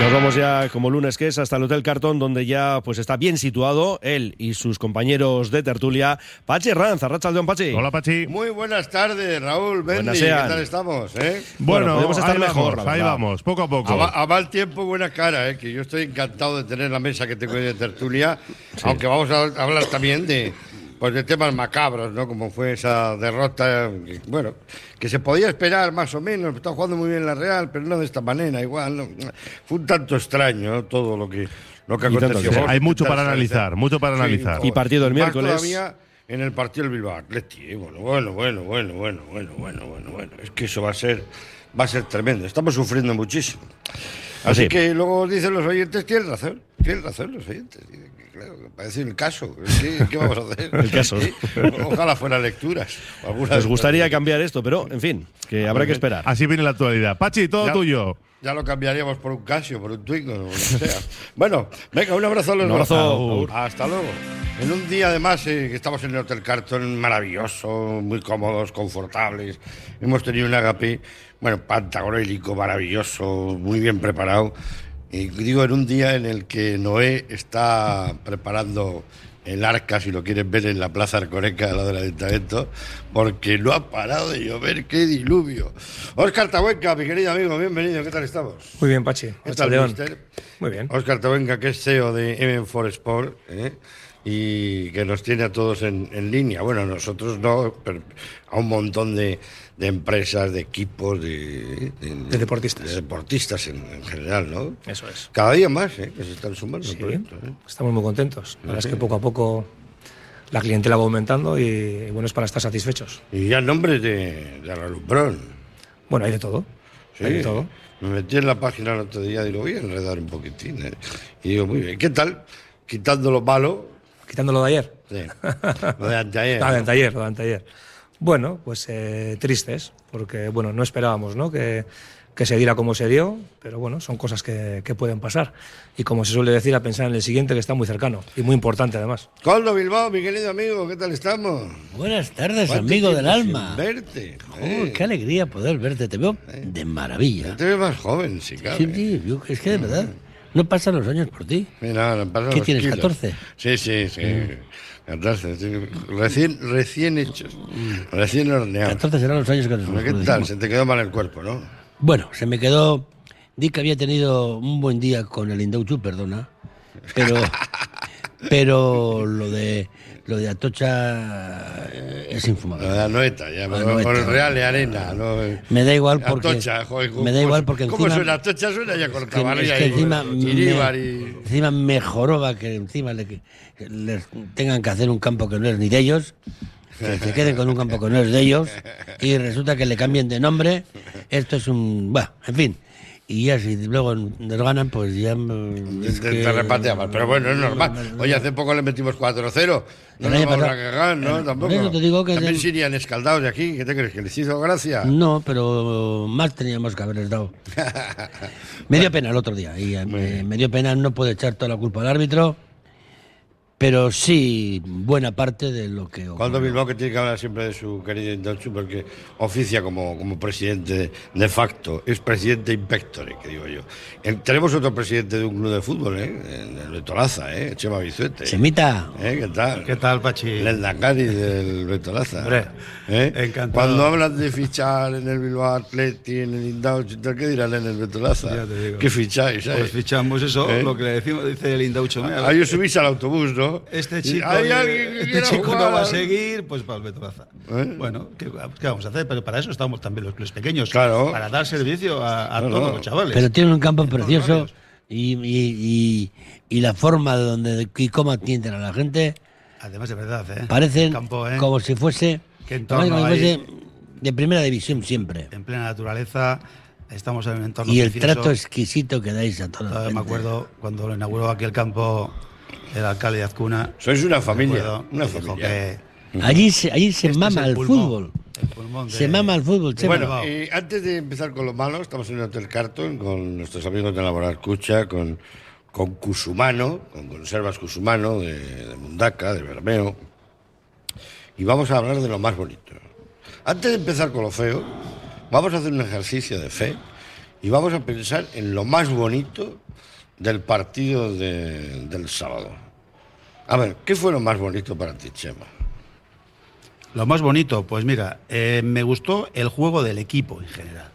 Nos vamos ya, como lunes que es, hasta el Hotel Cartón, donde ya pues está bien situado él y sus compañeros de tertulia. Pachi Ranz, Arrachaldeón Pachi. Hola, Pachi. Muy buenas tardes, Raúl, Bendy, Buenas ¿qué sean. tal estamos? eh? Bueno, Bueno, podemos estar ahí mejor, Vamos, la ahí verdad. vamos, poco a poco. A, va- a mal tiempo, buena cara, eh, que yo estoy encantado de tener la mesa que tengo hoy de tertulia, aunque vamos a hablar también de, pues, de temas macabros, ¿no? Como fue esa derrota, que, bueno, que se podía esperar más o menos, está jugando muy bien la Real, pero no de esta manera, igual. ¿no? Fue un tanto extraño ¿no? todo lo que, lo que Y tanto aconteció. que- Vamos a Hay mucho intentar para analizar. analizar, mucho para analizar. joder. Y partido el Más miércoles. todavía en el partido del Bilbao Atleti. eh, Bueno, bueno, bueno, bueno, bueno, bueno, bueno, bueno, bueno. Es que eso va a ser, va a ser tremendo. Estamos sufriendo muchísimo. Así Así. que luego dicen los oyentes, tienen razón, tienen razón los oyentes. Dicen que, Claro, que parece el caso. Pues, ¿Qué, qué vamos a hacer? El caso. Sí, Ojalá fuera lecturas. o alguna Nos de- gustaría cambiar esto, pero en fin, que habrá que esperar. Así viene la actualidad. Pachi, todo Ya- tuyo. Ya lo cambiaríamos por un Casio, por un Twingo, o lo que sea. bueno, venga, un abrazo a los Un abrazo, dos. Agur. Hasta luego. En un día, además, eh, que estamos en el Hotel Carton, maravilloso, muy cómodos, confortables. Hemos tenido un agape, bueno, pantagruélico, maravilloso, muy bien preparado. Y digo, en un día en el que Noé está preparando el arca, si lo quieres ver, en la Plaza Arcoreca al lado del Ayuntamiento, porque no ha parado de llover, qué diluvio. Oscar Tabuenca, mi querido amigo, bienvenido, ¿qué tal estamos? Muy bien, Pachi. ¿Qué tal, León. mister? Muy bien. Oscar Tabuenca, que es CEO de M4 Sport ¿eh? y que nos tiene a todos en, en línea. Bueno, a nosotros no, pero a un montón de, de empresas, de equipos, de, De deportistas. de deportistas en, en general, ¿no? Eso es. Cada día más, ¿eh? que se están sumando. Sí, al proyecto, ¿eh? estamos muy contentos. La verdad es Ujú. que poco a poco la clientela va aumentando y bueno, es para estar satisfechos. Y ya nombres de, de Ralubrón. Bueno, hay de todo. Sí. Hay de todo. Me metí en la página el otro día y lo voy a enredar un poquitín. ¿eh? Y digo, muy bien, ¿qué tal? Quitando lo malo. Quitándolo de ayer. Sí. Lo de anteayer. Ah, de anteayer, lo de anteayer. Bueno, pues eh, tristes, porque bueno, no esperábamos ¿no? Que, que se diera como se dio, pero bueno, son cosas que, que pueden pasar. Y como se suele decir, a pensar en el siguiente que está muy cercano y muy importante además. Coldo Bilbao, mi querido amigo, ¿qué tal estamos? Buenas tardes, ¿Cuánto amigo del tiempo sin alma. Verte. Oh, eh. qué alegría poder verte, te veo de maravilla. Te ves más joven, si cabe. Sí, sí, yo- es que de verdad, no pasan los años por ti. Mira, ahora pasan ¿Qué los tienes, Mm. kilos. 14? Sí, sí, sí. 14. sí. Recién, recién hechos. Mm. Recién horneados. Entonces eran los años que nos ¿Qué conocimos. tal? Se te quedó mal el cuerpo, ¿no? Bueno, se me quedó. Di que había tenido un buen día con el Indauchu, perdona. Pero, pero lo de lo de Atocha eh, es La infumable. de Anoeta, La ya. por- Anoeta. Por el Real y Arena. ¿no? Me da igual porque. Atocha, joder, me da igual porque ¿Cómo encima. suena Atocha? Suena ya con Que- es caballería que y con encima, me- Iribar y... encima mejoroba que encima le- que les tengan que hacer un campo que no es ni de ellos, que se queden con un campo que no es de ellos y resulta que le cambien de nombre. Esto es un. Bueno, en fin. Y ya si luego nos ganan, pues ya. mm, Te, es te- que- te repateaban, pero bueno, es normal. Oye, hace poco le metimos 4-0. No El nos año vamos a pasado- cagar, ¿no? el- Tampoco. por eso te digo que Mm. es También el- se irían escaldados de aquí. ¿Qué te crees? ¿Que les hizo gracia? No, pero más teníamos que haberles dado. Me dio pena el otro día. Y eh, me, me dio pena, no puedo echar toda la culpa al árbitro, pero sí buena parte de lo que ocurrió. Cuando Bilbao que tiene que hablar siempre de su querido Indochu porque oficia como, como presidente de facto, es presidente impectore, que digo yo. Eh, tenemos otro presidente de un club de fútbol, ¿eh? En el Betolaza, ¿eh? Chema Bizuete. Semita, ¿Eh? ¿Qué tal? ¿Qué tal, Pachi? El Endacari del Betolaza. Hombre, ¿Eh? encantado. Cuando hablan de fichar en el Bilbao Atleti, en el Indauch, y tal, ¿qué dirán en el Betolaza? Ya te digo. ¿Qué ficháis? eh? Pues fichamos eso, ¿Eh? lo que le decimos, dice el Indaucho. mira, Ahí os subís al autobús, ¿no? este Y, chico, ¿Hay eh, alguien que este quiera chico jugar no va a al- seguir, pues para el Betraza. ¿Eh? Bueno, ¿qué, qué vamos a hacer? Pero para eso estamos también los clubes pequeños. Claro. Para dar servicio a, a Claro. todos los chavales. pero tiene un campo precioso barrios. y, y- y- y la forma de donde y cómo atienden a la gente Además, de verdad, ¿eh? parecen Campo, ¿eh? como si fuese, Qué entorno como si fuese ahí. de primera división siempre. En plena naturaleza, estamos en un entorno Y el precioso. trato exquisito que dais a todos. Todavía me acuerdo cuando lo inauguró aquel campo el alcalde de Azcuna. Sois una me familia. acuerdo, Una que dijo familia. que Allí se, allí se Este es mama el, pulmón, fútbol. el pulmón bombón de- Se mama el fútbol, Chema. Bueno, Bilbao. eh, antes de empezar con lo malo, estamos en el Hotel Carton con nuestros amigos de Laboral Cucha, con, con Cusumano, con Conservas Cusumano, de, de Mundaca, de Bermeo. Y vamos a hablar de lo más bonito. Antes de empezar con lo feo, vamos a hacer un ejercicio de fe y vamos a pensar en lo más bonito del partido de- del sábado. A ver, ¿qué fue lo más bonito para ti, Chema? Lo más bonito, pues mira, eh, me gustó el juego del equipo en general.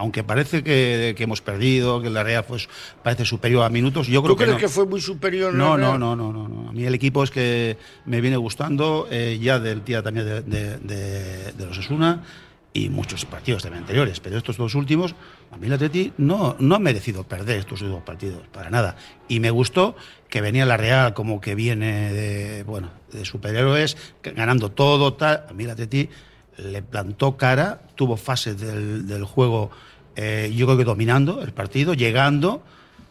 Aunque parece que, que hemos perdido, que la Real fue, su- parece superior a minutos, yo creo ¿Tú crees no. que fue muy superior? la No, Real? no, no, no, no, no. A mí el equipo es que me viene gustando eh, ya del día también de, de- de- de los Asuna y muchos partidos también anteriores, pero estos dos últimos, a mí el Atleti no, no ha merecido perder estos dos partidos, para nada. Y me gustó que venía la Real como que viene de, bueno, de superhéroes, que- ganando todo, tal. A mí el Atleti le plantó cara, tuvo fases del, del juego, eh, yo creo que dominando el partido, llegando,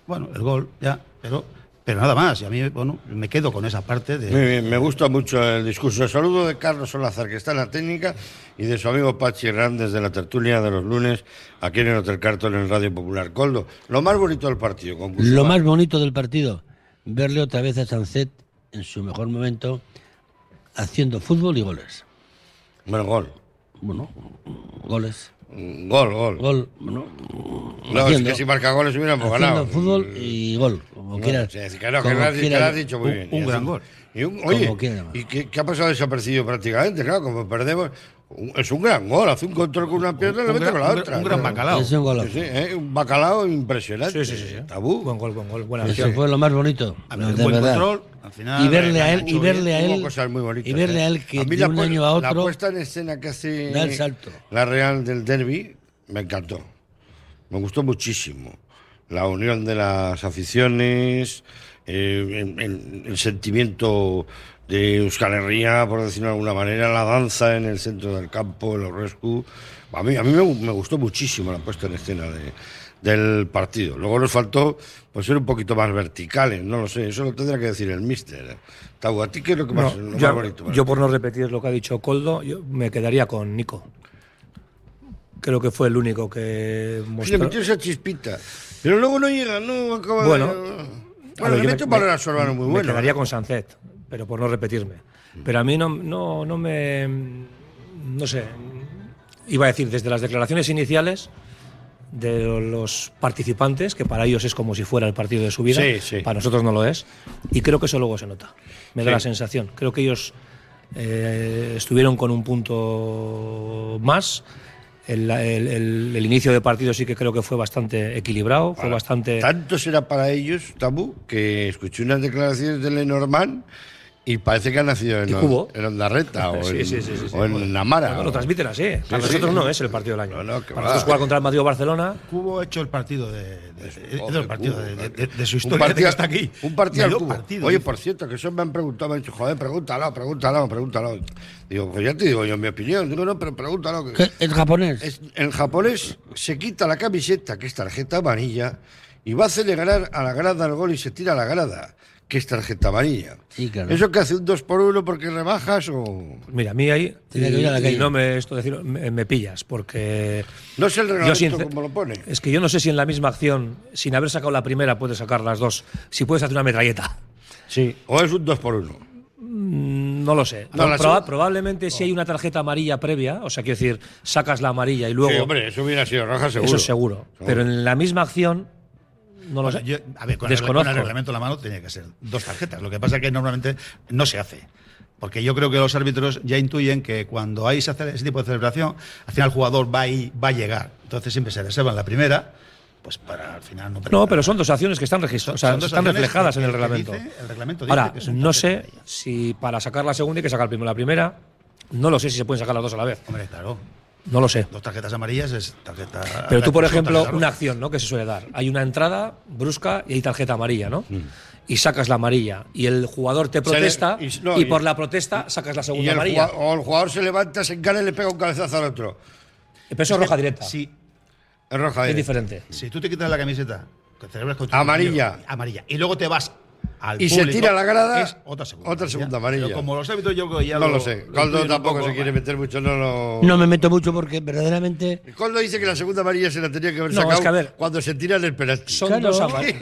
bueno, el gol, ya, pero, pero nada más. Y a mí, bueno, me quedo con esa parte Muy de. bien, me gusta mucho el discurso. El saludo de Carlos Solázar, que está en la técnica, y de su amigo Pachi Hernández de la tertulia de los lunes, aquí en el Hotel Cartón en Radio Popular. Coldo, lo más bonito del partido, con Guzmán. pues, Lo más bonito del partido, verle otra vez a Sancet en su mejor momento haciendo fútbol y goles. Bueno, gol. Bueno, goles. Mm, Gol, gol. Gol, bueno, No, haciendo, es que si marca goles hubiéramos haciendo ganado. Mm, fútbol y gol, como No, quieras. sí, sí, claro, que como lo has, que quieras. lo has dicho muy Un- bien. un Y gran así- gol. y un- oye, Como quiera. ¿y qué, qué ha pasado desapercibido prácticamente? Claro, como perdemos, un- es un gran gol. Hace un control con una pierna y Un le mete gran- con la un gran- otra. un gran ¿no? bacalao. Es un golazo. Sí, sí, ¿eh? un bacalao impresionante. Sí, sí, sí, sí. Ah, Tabú. Buen gol, buen gol. Buena Eso acción. fue lo más bonito. A no, ver, de buen verdad. control, al final. Y verle a él, enganchó y verle a Hubo él, cosas muy bonitas, y verle ¿eh? a él que A mí de la un pu- año a La otro puesta en escena que hace da el salto. la Real del Derby me encantó. Me gustó muchísimo. La unión de las aficiones, eh, en- en- el sentimiento de Euskal Herria, por decirlo de alguna manera, la danza en el centro del campo, el rescue. A mí, a mí me, gu- me gustó muchísimo la puesta en escena de- del partido. Luego nos faltó pues, ser un poquito más verticales, no lo sé, eso lo tendrá que decir el míster. Tau, ¿a ti qué es lo que más, No, lo más bonito yo, para yo ti? por no repetir lo que ha dicho Coldo, yo me quedaría con Nico. Creo que fue el único que Sí, le mostró. metió esa chispita. Pero luego no llega, no acaba Bueno. de. A Bueno, ver, le yo metió me- para la Sorbano muy me bueno. quedaría ¿eh? con Sancet, pero por no repetirme. Pero a mí no, no, no me. No sé. Iba a decir, desde las declaraciones iniciales de los participantes, que para ellos es como si fuera el partido de su vida, Sí, sí. para nosotros no lo es, y creo que eso luego se nota. Me da Sí. la sensación. Creo que ellos eh, estuvieron con un punto más. El, el- el- el inicio de partido sí que creo que fue bastante equilibrado, fue Ahora, bastante... Tanto será para ellos, Tabú, que escuché unas declaraciones de Lenormand y parece que han nacido en, Y Cubo. en Onda Reta o Sí, en, sí, sí, sí, sí. o en Namara. Bueno, o- lo transmiten así. Para sí. nosotros no es el partido del año. No, no, que Para va. nosotros jugar contra el Madrid o Barcelona. Cubo ha hecho el partido de, de- es Pues, Joder, del partido Cubo, de, de- claro. de su Un historia, de partido- que está aquí. Un partido al Medio cubo. partido, Oye, dice. por cierto, que eso me han preguntado, me han dicho, joder, pregúntalo, pregúntalo, pregúntalo. Digo, pues ya te digo yo mi opinión. Digo, no, pero pregúntalo. que- ¿Qué? ¿Es japonés? Es- el japonés se quita la camiseta, que es tarjeta amarilla, y va a celebrar a la grada el gol y se tira a la grada, que es tarjeta amarilla. Sí, claro. ¿Eso que hace un 2 por 1 porque rebajas o...? Mira, a mí ahí. Tenía que ir a la y- y calle. no me, esto decir, me, me pillas, porque. No sé el Yo reglamento sincer- como lo pone. Es que yo no sé si en la misma acción, sin haber sacado la primera, puedes sacar las dos. Si puedes hacer una metralleta. Sí. O es un 2 por 1 Mm, No lo sé. No, la Proba- segunda- probablemente si hay una tarjeta amarilla previa, o sea, quiero decir, sacas la amarilla y luego. Sí, hombre, eso hubiera sido roja seguro. Eso es seguro. Pero en la misma acción, no lo O sea, sé. yo- a ver, con el, Desconozco. con el reglamento en la mano tenía que ser dos tarjetas. Lo que pasa es que normalmente no se hace. Porque yo creo que los árbitros ya intuyen que cuando hay ese ese tipo de celebración, al final el jugador va, y, va a llegar. Entonces siempre se reservan la primera, pues para al final no perder No, nada. pero son dos acciones que están Son- registradas, o sea, son dos están acciones reflejadas que- en el que reglamento. dice- el reglamento dice Ahora, que son no sé tarjetas. si para sacar la segunda hay que sacar primero la primera. No lo sé si se pueden sacar las dos a la vez. Hombre, claro, No lo sé. dos tarjetas amarillas es tarjeta. Pero tú, por son ejemplo, tarjetas una rojas. acción ¿no? que se suele dar. Hay una entrada brusca y hay tarjeta amarilla, ¿no? Y sacas la amarilla. Y el jugador te Se le- protesta y- y, no, y- por la protesta sacas la Y segunda el amarilla. jugado- o el jugador se levanta, se encara y le pega un cabezazo al otro. Pero eso es roja directa. Sí, Es roja. eh. es directa. diferente. Si tú te quitas la camiseta, que celebras con tu Amarilla. compañero, amarilla. Y luego te vas al Y se público, tira a la grada, es otra segunda, otra segunda amarilla. Pero como los hábitos, yo creo que ya No lo, lo sé. lo Coldo intuyen un tampoco poco, se quiere bueno. meter mucho, no lo. No me meto mucho porque verdaderamente Coldo dice que la segunda amarilla se la tenía que haber No, sacado es que a ver. cuando se tira el penalti. Son Claro. dos amarillas.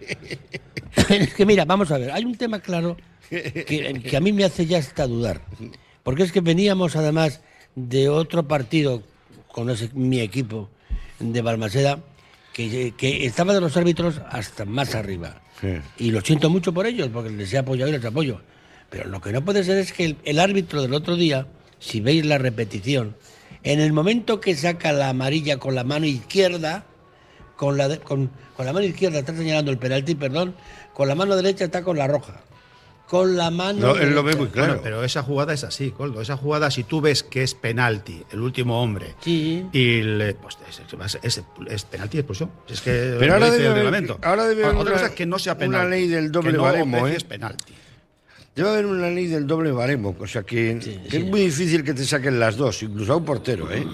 es que mira, vamos a ver, hay un tema claro que, que a mí me hace ya hasta dudar. Porque es que veníamos además de otro partido con ese- mi equipo de Balmaseda, que, que estaba de los árbitros hasta más arriba. Y lo siento mucho por ellos, porque les he apoyado y les apoyo. Pero lo que no puede ser es que el, el árbitro del otro día, si veis la repetición, en el momento que saca la amarilla con la mano izquierda, con la, de- con, con la mano izquierda está señalando el penalti, perdón, con la mano derecha está con la roja. Con la mano. No, él lo ve derecha. muy claro. Bueno, pero esa jugada es así, Coldo. Esa jugada, si tú ves que es penalti, el último hombre, Sí. y le, pues, es, es- es penalti de expulsión. Es que Pero lo ahora dice debe el haber- reglamento. ahora debe haber otra una- cosa es que no sea una penalti. ley del doble que no baremo, ofrece ¿eh? es penalti. Debe haber una ley del doble baremo, o sea que, que es muy difícil que te saquen las dos, incluso a un portero, ¿eh?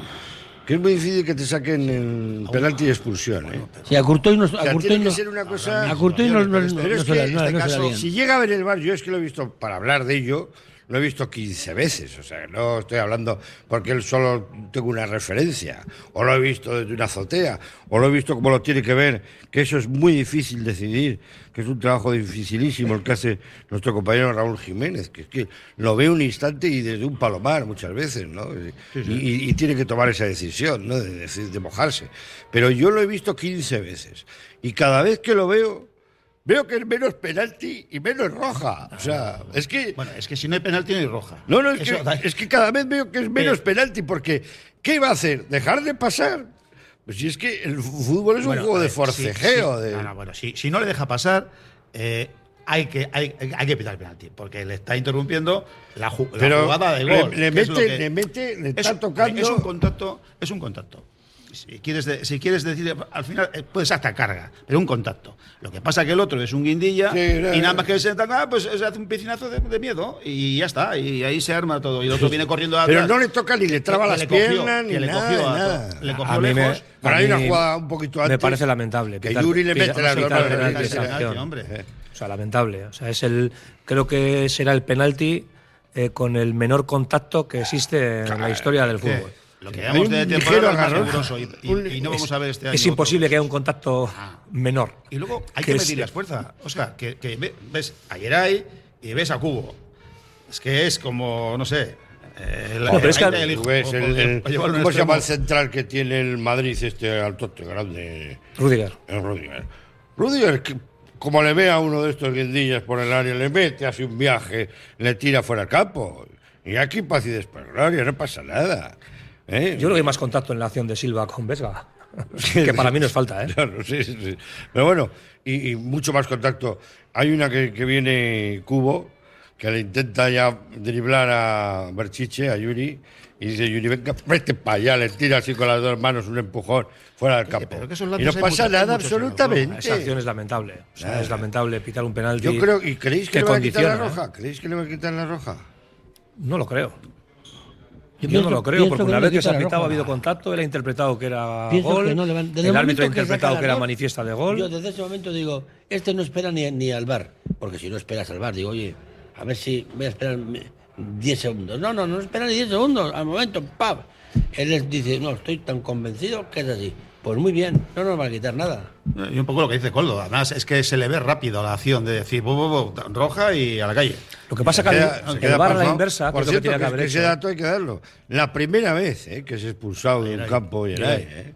Que es muy difícil que te saquen el penalti y expulsión, ¿eh? Sí, a Courtois nos- O sea, a Courtois tiene que nos- ser una cosa. a Courtois no- no- no- Pero es no se que la- en no- este no se la caso, lían. si llega a ver el bar, yo es que lo he visto para hablar de ello, lo he visto 15 veces. O sea, no estoy hablando porque él solo tengo una referencia, o lo he visto desde una azotea, o lo he visto como lo tiene que ver, que eso es muy difícil decidir, que es un trabajo dificilísimo el que hace nuestro compañero Raúl Jiménez, que es que lo ve un instante y desde un palomar muchas veces, ¿no? Y- y- y tiene que tomar esa decisión, ¿no? De, decir- de mojarse. Pero yo lo he visto 15 veces. Y cada vez que lo veo, veo que es menos penalti y menos roja. O sea, es que. Ah, Bueno, es que si no hay penalti, no hay roja. No, no, es Eso da- Eh. que, es que cada vez veo que es menos penalti, porque ¿qué va a hacer? ¿Dejar de pasar? Pues si es que el fútbol es Bueno, un juego a de ver, sí, forcejeo. sí. de- No, no, bueno, si, si no le deja pasar, eh, hay, que, hay, hay que pitar el penalti, porque le está interrumpiendo la, ju- la Pero jugada de le- gol. le que es lo mete- que- le mete, le es está un- tocando. Es un contacto, es un contacto. Si quieres, de- si quieres decir, al final eh, puedes hasta carga, pero un contacto. Lo que pasa que el otro es un guindilla Sí, no, y no. nada más que se ataca, pues se hace un piscinazo de, de miedo y ya está. Y ahí se arma todo. Y el otro viene corriendo atrás. Pero no le toca ni le traba Que las le cogió, piernas que ni le nada. cogió de a- nada. le cogió A mí me- lejos. Pero a hay una mí jugada un poquito antes. Me parece lamentable. Que pitar- Yuri le pitar- mete la pitar pelota al penalti penalti, esa penalti, acción. hombre. Eh, O sea, lamentable. O sea, es el, creo que será el penalti eh, con el menor contacto que existe en la historia del que fútbol. Lo que Hay vemos un de ligero temporada es más agarrón. riguroso y, y- Un- y no vamos a ver este año. Es imposible otro. que haya un contacto Ah. menor. Y luego hay que que, se- medir las fuerzas. Oscar, que, que ve- ves ayer hay y ves a Cubo. Es que es como, no sé. eh, El, No, pero es que al- el hijo, Tú ves o- Pues el- o- el- o llevarlo en ¿Cómo se llama el extremo. central que tiene el Madrid este altote grande? Rudiger. Es Rudiger. Rudiger, que como le ve a uno de estos guindillas por el área, le mete, hace un viaje, le tira fuera al campo. Y aquí paz y despergloria, no pasa nada. ¿Eh? Yo creo que hay más contacto en la acción de Silva con Vesga. que para mí no es falta, ¿eh? Claro, sí, sí, sí. Pero bueno, y, y mucho más contacto. Hay una que, que viene Cubo, que le intenta ya driblar a Berchiche, a Yuri, y dice Yuri, venga, vete para allá, le tira así con las dos manos un empujón fuera del campo. pero que esos y no latos hay pasa muchos- nada hay muchos en Europa. absolutamente. Esa acción es lamentable. O sea, es lamentable pitar un penalti. Yo creo, ¿y creéis que que le va a quitar la condiciona, ¿eh? roja? ¿Creéis que le va a quitar la roja? No lo creo. Yo, pienso- no lo creo, pienso porque que una no vez le que se ha quita la pitado ha roja. habido contacto, él ha interpretado que era Pienso gol, que no le van- desde el momento árbitro ha que interpretado saca que era las dos, manifiesta de gol. Yo desde ese momento digo, este no espera ni, ni al bar, porque si no esperas al bar, digo, oye, a ver si voy a esperar me- 10 segundos. No, no, no espera ni 10 segundos, al momento, ¡pam! Él les dice, no, estoy tan convencido que es así. Pues muy bien, no nos va a quitar nada. Y un poco lo que dice Coldo. Además, es que se le ve rápido la acción de decir, bu, bu, bu, roja y a la calle. Lo que pasa es que Queda- el- se el, queda bar a la pasmado. inversa, que Por es lo que cierto, tenía que que, haber es que ese hecho. dato hay que darlo. La primera vez eh, que se ha expulsado de un campo Yeray, eh.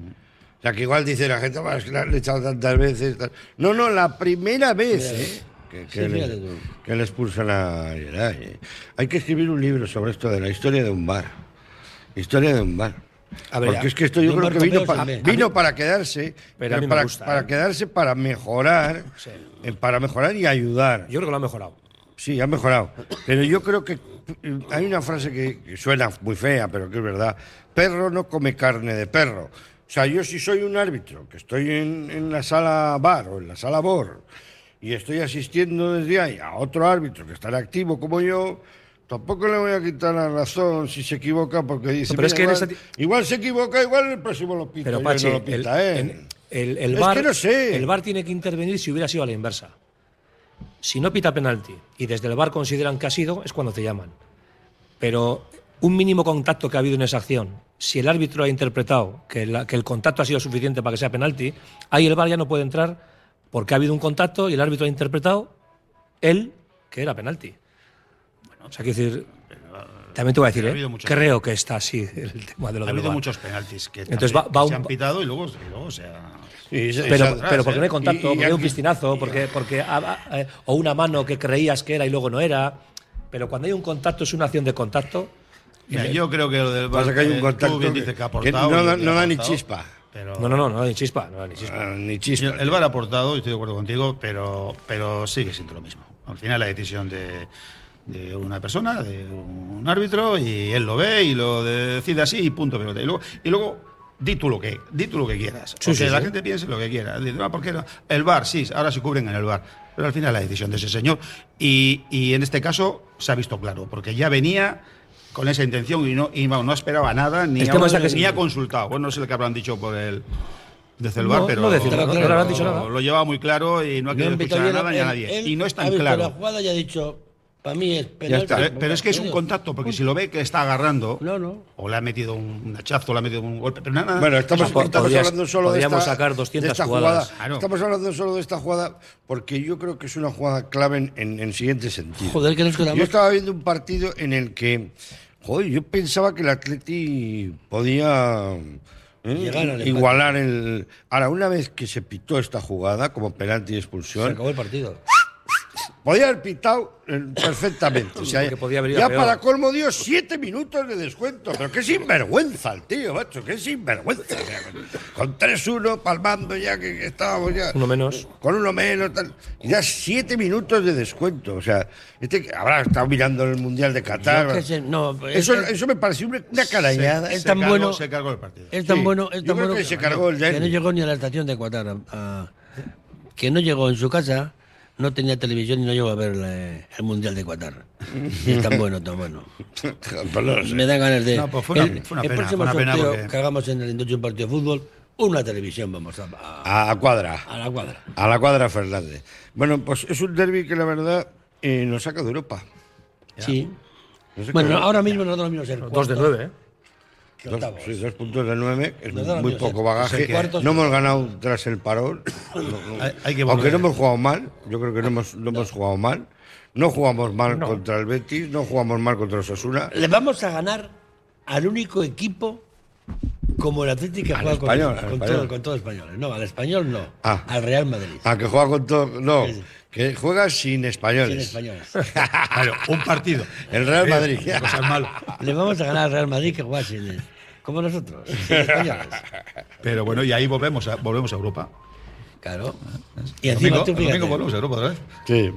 O sea, que igual dice la gente, "Bah, es que le han echado tantas veces. tal". No, no, la primera vez eh, que, que Sí, fíjate tú. le, que le expulsan a Yeray. eh. Hay que escribir un libro sobre esto de la historia de un bar. Historia de un bar. A ver, Porque es que esto yo de un creo que bar vino, con pa- pelos en B. vino para quedarse, Pero a mí me para, gusta, para eh. quedarse para mejorar, eh, para mejorar y ayudar. Yo creo que lo ha mejorado. Sí, ha mejorado. Pero yo creo que eh, hay una frase que que suena muy fea, pero que es verdad. Perro no come carne de perro. O sea, yo si soy un árbitro, que estoy en, en la sala bar o en la sala bor, y estoy asistiendo desde ahí a otro árbitro que estará activo como yo, tampoco le voy a quitar la razón si se equivoca porque dice, pero es "Mira, que en igual, ese igual se equivoca, igual el próximo lo pita, Pero yo Pache, no lo el, pita, ¿eh?". en- el- el Es bar, que no sé. el bar tiene que intervenir si hubiera sido a la inversa. Si no pita penalti y desde el bar consideran que ha sido, es cuando te llaman. Pero un mínimo contacto que ha habido en esa acción, si el árbitro ha interpretado que, la- que el contacto ha sido suficiente para que sea penalti, ahí el bar ya no puede entrar porque ha habido un contacto y el árbitro ha interpretado él que era penalti. o sea, quiero decir, también te voy a decir, ha ¿eh? habido muchos- creo que está así el tema de lo Ha del habido VAR. muchos penaltis que, Entonces también- va- va que un- se han pitado y luego, y luego se ha- Y se- Pero, se atrás, pero porque ¿eh? no hay contacto, Y- y porque hay un aquí- pistinazo, y- porque, porque ha- ha- eh, o una mano que creías que era y luego no era. Pero cuando hay un contacto es una acción de contacto. Mira, yo creo que lo del Pasa VAR, que hay un eh, tú contacto bien que- dices que ha que aportado, no yo da- creo que no ha da ni aportado, chispa. Pero No, no, no, no, ni chispa, no, ni chispa. Ah, ni Sí, chispa. El VAR ha aportado, y estoy de acuerdo contigo, pero, pero sigue siendo lo mismo. Al final la decisión de, de una persona, de un árbitro, y él lo ve y lo decide así y punto pelota. Y luego, y luego di tú lo que, di tú lo que quieras. Sí, o sea, sí, la sí. gente piense lo que quiera. Dice, "Ah, ¿por qué no? El VAR, sí, ahora se cubren en el VAR. Pero al final la decisión de ese señor. Y, y en este caso se ha visto claro, porque ya venía con esa intención y no, y vamos, no esperaba nada, ni, El ha, tema es la que se- ni ha consultado. Bueno, no sé lo que habrán dicho por el... Desde el bar, No, pero no decirlo, no, no habrán dicho nada. lo lleva muy claro y no ha No querido han visto escuchar a bien, nada ni a él- nadie. él y no es ha tan visto claro. la jugada y ha dicho, para mí es penalti. Pero- Pero es que es un contacto, porque si lo ve que está agarrando, No, no. o le ha metido un un hachazo, le ha metido un golpe, pero nada. Bueno, estamos, Podrías- estamos hablando solo de esta, podríamos sacar 200 de esta jugadas. Ah, jugada. Claro. Estamos hablando solo de esta jugada porque yo creo que es una jugada clave en, en, en siguiente sentido. Joder, que nos quedamos- Yo estaba viendo un partido en el que, joder, yo pensaba que el Atleti podía ¿eh? Llegar al empate. igualar el. Ahora, una vez que se pitó esta jugada como penalti y Se expulsión, acabó el partido. podía haber pitado eh, perfectamente. O sea, Porque podía haber ido ya peor. para colmo dio siete minutos de descuento. Pero qué sinvergüenza el tío, macho, qué sinvergüenza. O sea, con 3-1 palmando ya que que estábamos ya. Uno menos. Con uno menos, tal. Y Ya siete minutos de descuento. O sea, este que habrá estado mirando el Mundial de Qatar. Yo es que se- no, eso, es- eso me pareció una, una carañada. es Se tan cargó- bueno- Se cargó el partido. Es tan Sí, bueno, yo es tan creo bueno que se cargó el que no derbi. llegó ni a la estación de Qatar, a- a- que no llegó en su casa, no tenía televisión y no llegó a ver la- el mundial de Qatar. Y es tan bueno, tan bueno. Pues no lo sé. Me dan ganas de. No, pues fue una- el, fue una el pena, próximo fue una pena sorteo porque- que hagamos en el Indoche un partido de fútbol, una televisión vamos a, a- A cuadra. a la cuadra. A la cuadra Fernández. Bueno, pues es un derby que la verdad eh, nos saca de Europa. Sí. No sé Bueno, cómo- ahora mismo nosotros mismos el Dos de cuarto nueve, ¿eh? que Dos, octavos. sí, dos puntos de nueve, es Nos da la muy misma, poco sí. bagaje. Sí, cuartos. No hemos ganado tras el parón. No, no. Hay- hay que Aunque volver. no hemos jugado mal, yo creo que no hemos, no hemos jugado mal. No jugamos mal contra el Betis, no jugamos mal contra el Osasuna. Le vamos a ganar al único equipo como el Atlético que juega con- español, al con, español. todo, con todo español. No, al español no. Ah. Al Real Madrid. Ah, que juega con todo. No, Sí, sí. que juega sin españoles. Sin españoles. Claro, un partido. El Real Eh, Madrid. una cosa es malo. Le vamos a ganar al Real Madrid que juega sin él. Como nosotros, sin españoles. Pero bueno, y ahí volvemos a, volvemos a Europa. Claro. Y El encima domingo, tú el domingo fíjate. volvemos a Europa otra vez. Sí.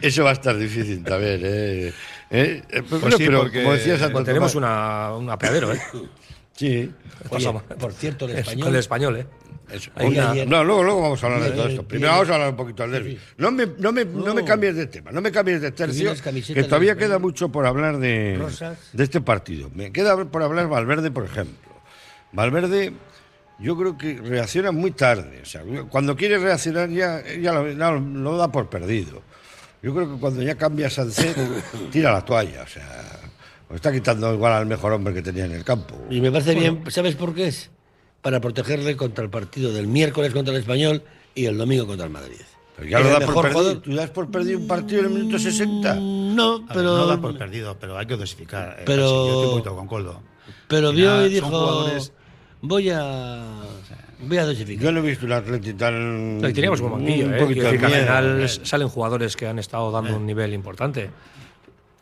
Eso va a estar difícil también. ¿eh? ¿Eh? Eh, Pero, Pues sí, pero porque- como decía Santo Bueno, tenemos Tomás- una, un apeadero, ¿eh? Sí. Oye, Pasamos. por cierto, el Es- español. Con el español, ¿eh? Eso. Ahí Una- ayer- no, luego, luego vamos a hablar de ayer- Oh. todo esto. Primero ayer- vamos a hablar un poquito del derbi. No me, no, me, no me cambies de tema, no me cambies de tercio, Tuvimos camiseta que del todavía Valverde. queda mucho por hablar de, Rosas. de este partido. Me queda por hablar Valverde, por ejemplo. Valverde, yo creo que reacciona muy tarde. O sea, cuando quiere reaccionar ya, ya lo, ya lo- lo da por perdido. Yo creo que cuando ya cambia Sancet, tira la toalla. O sea, o está quitando igual al mejor hombre que tenía en el campo. Y me parece bien, ¿sabes por qué es? Para protegerle contra el partido del miércoles contra el español y el domingo contra el Madrid. Pero ya Es lo el da por mejor perdido. jugador. Mm, Tú das por perdido un partido en el minuto 60. No, A ver, pero, no da por perdido, pero hay que dosificar. eh, Pero- Pachi, yo estoy un poquito con Coldo. pero Al vio final y son dijo, jugadores- voy a, voy a dosificar. Yo no he visto un Atleti tan. No, y teníamos buen banquillo, Mm. un ¿eh? poquito Quiero de decir que al miedo. final s- salen jugadores que han estado dando un nivel importante.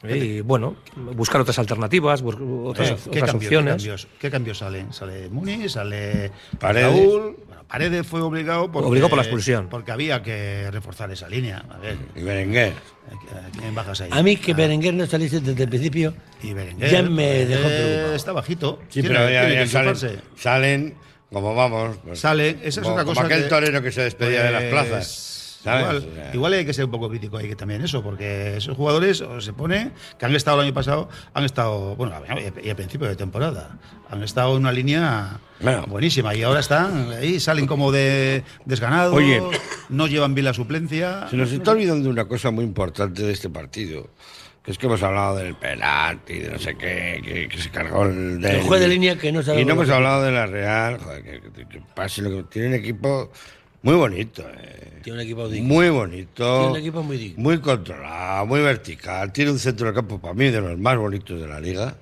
¿eh? Y bueno, buscar otras alternativas, bus- otras, Eh, ¿Qué, otras cambios, ¿Qué opciones. cambios? ¿Qué cambios salen? Sale Muni, sale Paredes. Paredes. Bueno, Paredes fue obligado porque, Obligado por la expulsión. Porque había que reforzar esa línea. A ver, Y Berenguer. ¿a quién bajas ahí? A mí que Ah, Berenguer no saliese desde el principio, y Berenguer, ya me dejó eh, preocupado. Está bajito. Sí, Tiene- pero ya, tiene ya que salen, enchufarse. salen como vamos. pues, Sale, esa es como- otra como cosa aquel que- torero que se despedía de las Pues, plazas. ¿Sabes? Igual, O sea- igual hay que ser un poco crítico ahí que también eso, porque esos jugadores o se pone que han estado el año pasado, han estado, bueno, y al principio de temporada, han estado en una línea Bueno. buenísima y ahora están ahí, salen como de desganados, Oye. no llevan bien la suplencia. Se nos está olvidando una cosa muy importante de este partido. Que es que hemos hablado del penalti, de no sé qué, que, que se cargó el del- El juez de línea que no sabe Y no lo hemos que- hablado de la Real, joder, que, que- que pase lo que tiene un equipo muy bonito, eh. Tiene un equipo digno. Muy bonito. Tiene un equipo muy digno. Muy controlado, muy vertical. Tiene un centro de campo para mí de los más bonitos de la liga.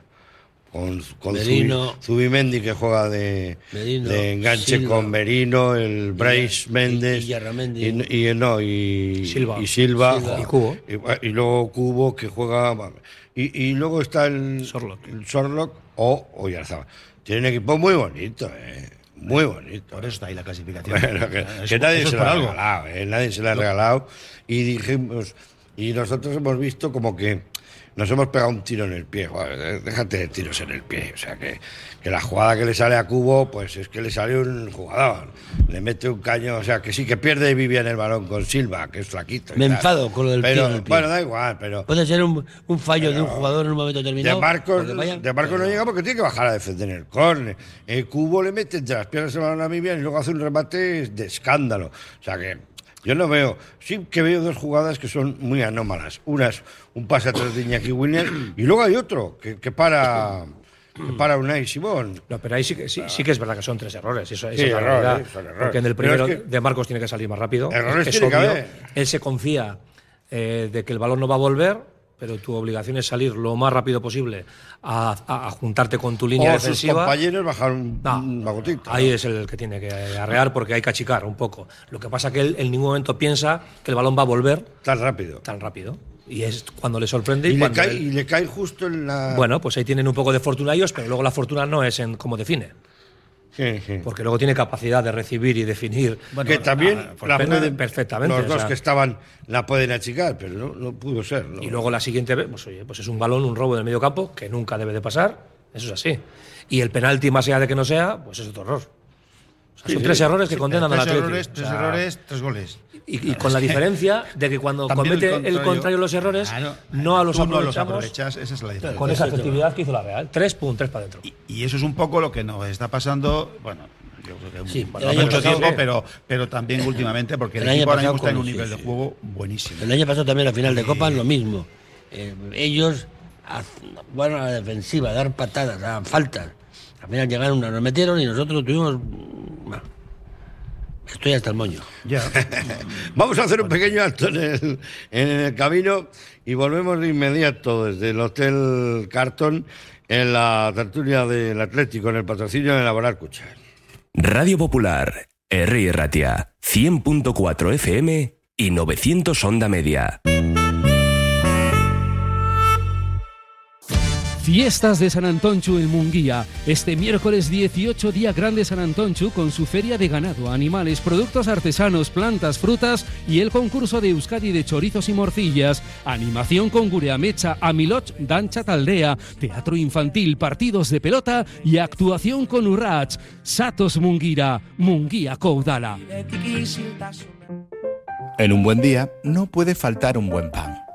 Con, con Merino. Zubi- Zubimendi que juega de, Merino, de enganche Silva. con Merino, el Bryce y- Méndez y Yarramendi. y, y- no, y Silva. y, Silva, Silva. jo- Y Cubo. Y, y luego Cubo que juega y, y luego está el Sorlock. el Sorlock o Oyarzabal. Tiene un equipo muy bonito, eh, muy bonito. Por eso está ahí la clasificación. Bueno, que, Eso- que nadie eso es se lo por ha algo. regalado, ¿eh? nadie se lo ha regalado. Y dijimos, y nosotros hemos visto como que nos hemos pegado un tiro en el pie. Joder, eh, déjate de tiros en el pie. O sea, que, que la jugada que le sale a Cubo, pues es que le sale un jugador. Le mete un caño, o sea, que sí, que pierde Vivian el balón con Silva, que es flaquito. y Me tal. enfado con lo del pie Pero, en el pie. Bueno, da igual, pero. Puede ser un, un fallo de un jugador en un momento De determinado. Marcos, porque vaya- de Marcos no llega porque tiene que bajar a defender el córner. El cubo le mete entre las piernas el balón a Vivian y luego hace un remate de escándalo. O sea que yo no veo. Sí que veo dos jugadas que son muy anómalas. Una es un pase atrás de Iñaki Williams y luego hay otro que, que para que para Unai Simón. No, pero ahí sí que, sí, sí que es verdad que son tres errores. Eso, esa Sí, es la errores, realidad. son errores. Porque en el Pero es primero que- de Marcos tiene que salir más rápido. Errores es tiene que obvio. haber. Él se confía eh, de que el balón no va a volver, pero tu obligación es salir lo más rápido posible a, a- a juntarte con tu línea O sus defensiva. compañeros bajaron No, Ah. una gotita. Ahí ¿no? es el que tiene que arrear porque hay que achicar un poco. Lo que pasa que él en ningún momento piensa que el balón va a volver Tan rápido. tan rápido. Y es cuando le sorprende y, Y le, cuando cae, él- y le cae justo en la. Bueno, pues ahí tienen un poco de fortuna ellos, pero luego la fortuna no es en cómo define. Sí, sí. Porque luego tiene capacidad de recibir y definir. que también ah, por la pena, pueden- perfectamente. Los o dos sea, que estaban la pueden achicar, pero no, no pudo ser. ¿no? y luego la siguiente vez, pues oye, pues es un balón, un robo del medio campo que nunca debe de pasar. Eso es así. Y el penalti, más allá de que no sea, pues es otro error. O sea, son tres errores que Tres condenan al Atlético. errores, tres errores, tres goles. Y, y con la diferencia de que cuando También comete el contrario, de los errores, Claro, no a los tú aprovechamos no los aprovechas, esa es la diferencia. con esa efectividad que hizo la Real. Tres, pum, tres para adentro. Y, y eso es un poco lo que nos está pasando, bueno, yo creo que Sí, el bueno, hace año mucho pasado- tiempo, pero, pero también últimamente, porque el, El año equipo ahora mismo pasado está en con- un nivel sí, de sí. juego buenísimo. El año pasado también la final de Copa lo mismo. Eh, ellos haz- fueron a la defensiva, a dar patadas, a faltas. Al final llegaron, nos lo metieron y nosotros tuvimos. Bueno, estoy hasta el moño. Ya. Vamos a hacer un pequeño acto en el, en el camino y volvemos de inmediato desde el Hotel Carton en la tertulia del Atlético, en el patrocinio de Elaborar Cuchar. Radio Popular, Herri Ratia, 100.4 FM y 900 Onda Media. Fiestas de San Antonchu en Munguía. Este miércoles 18, día grande San Antonchu, con su feria de ganado, animales, productos artesanos, plantas, frutas y el concurso de Euskadi de chorizos y morcillas. Animación con Gureamecha, Amiloch, Dancha Taldea, teatro infantil, partidos de pelota y actuación con Urrach. Satos Munguira, Munguía Koudala. En un buen día no puede faltar un buen pan.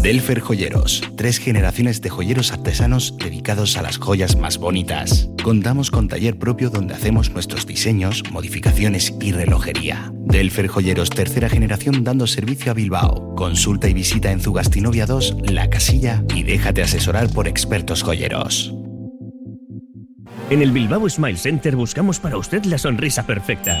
Delfer Joyeros, tres generaciones de joyeros artesanos dedicados a las joyas más bonitas. Contamos con taller propio donde hacemos nuestros diseños, modificaciones y relojería. Delfer Joyeros, tercera generación dando servicio a Bilbao. Consulta y visita en Zugastinovia 2, La Casilla y déjate asesorar por expertos joyeros. En el Bilbao Smile Center buscamos para usted la sonrisa perfecta.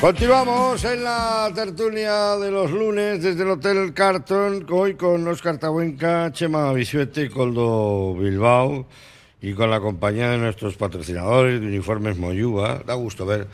Continuamos en la tertulia de los lunes desde el Hotel Carton, hoy con Oscar Tabuenca, Chema Bisuete, Coldo Bilbao y con la compañía de nuestros patrocinadores de Uniformes Moyúa. Da gusto ver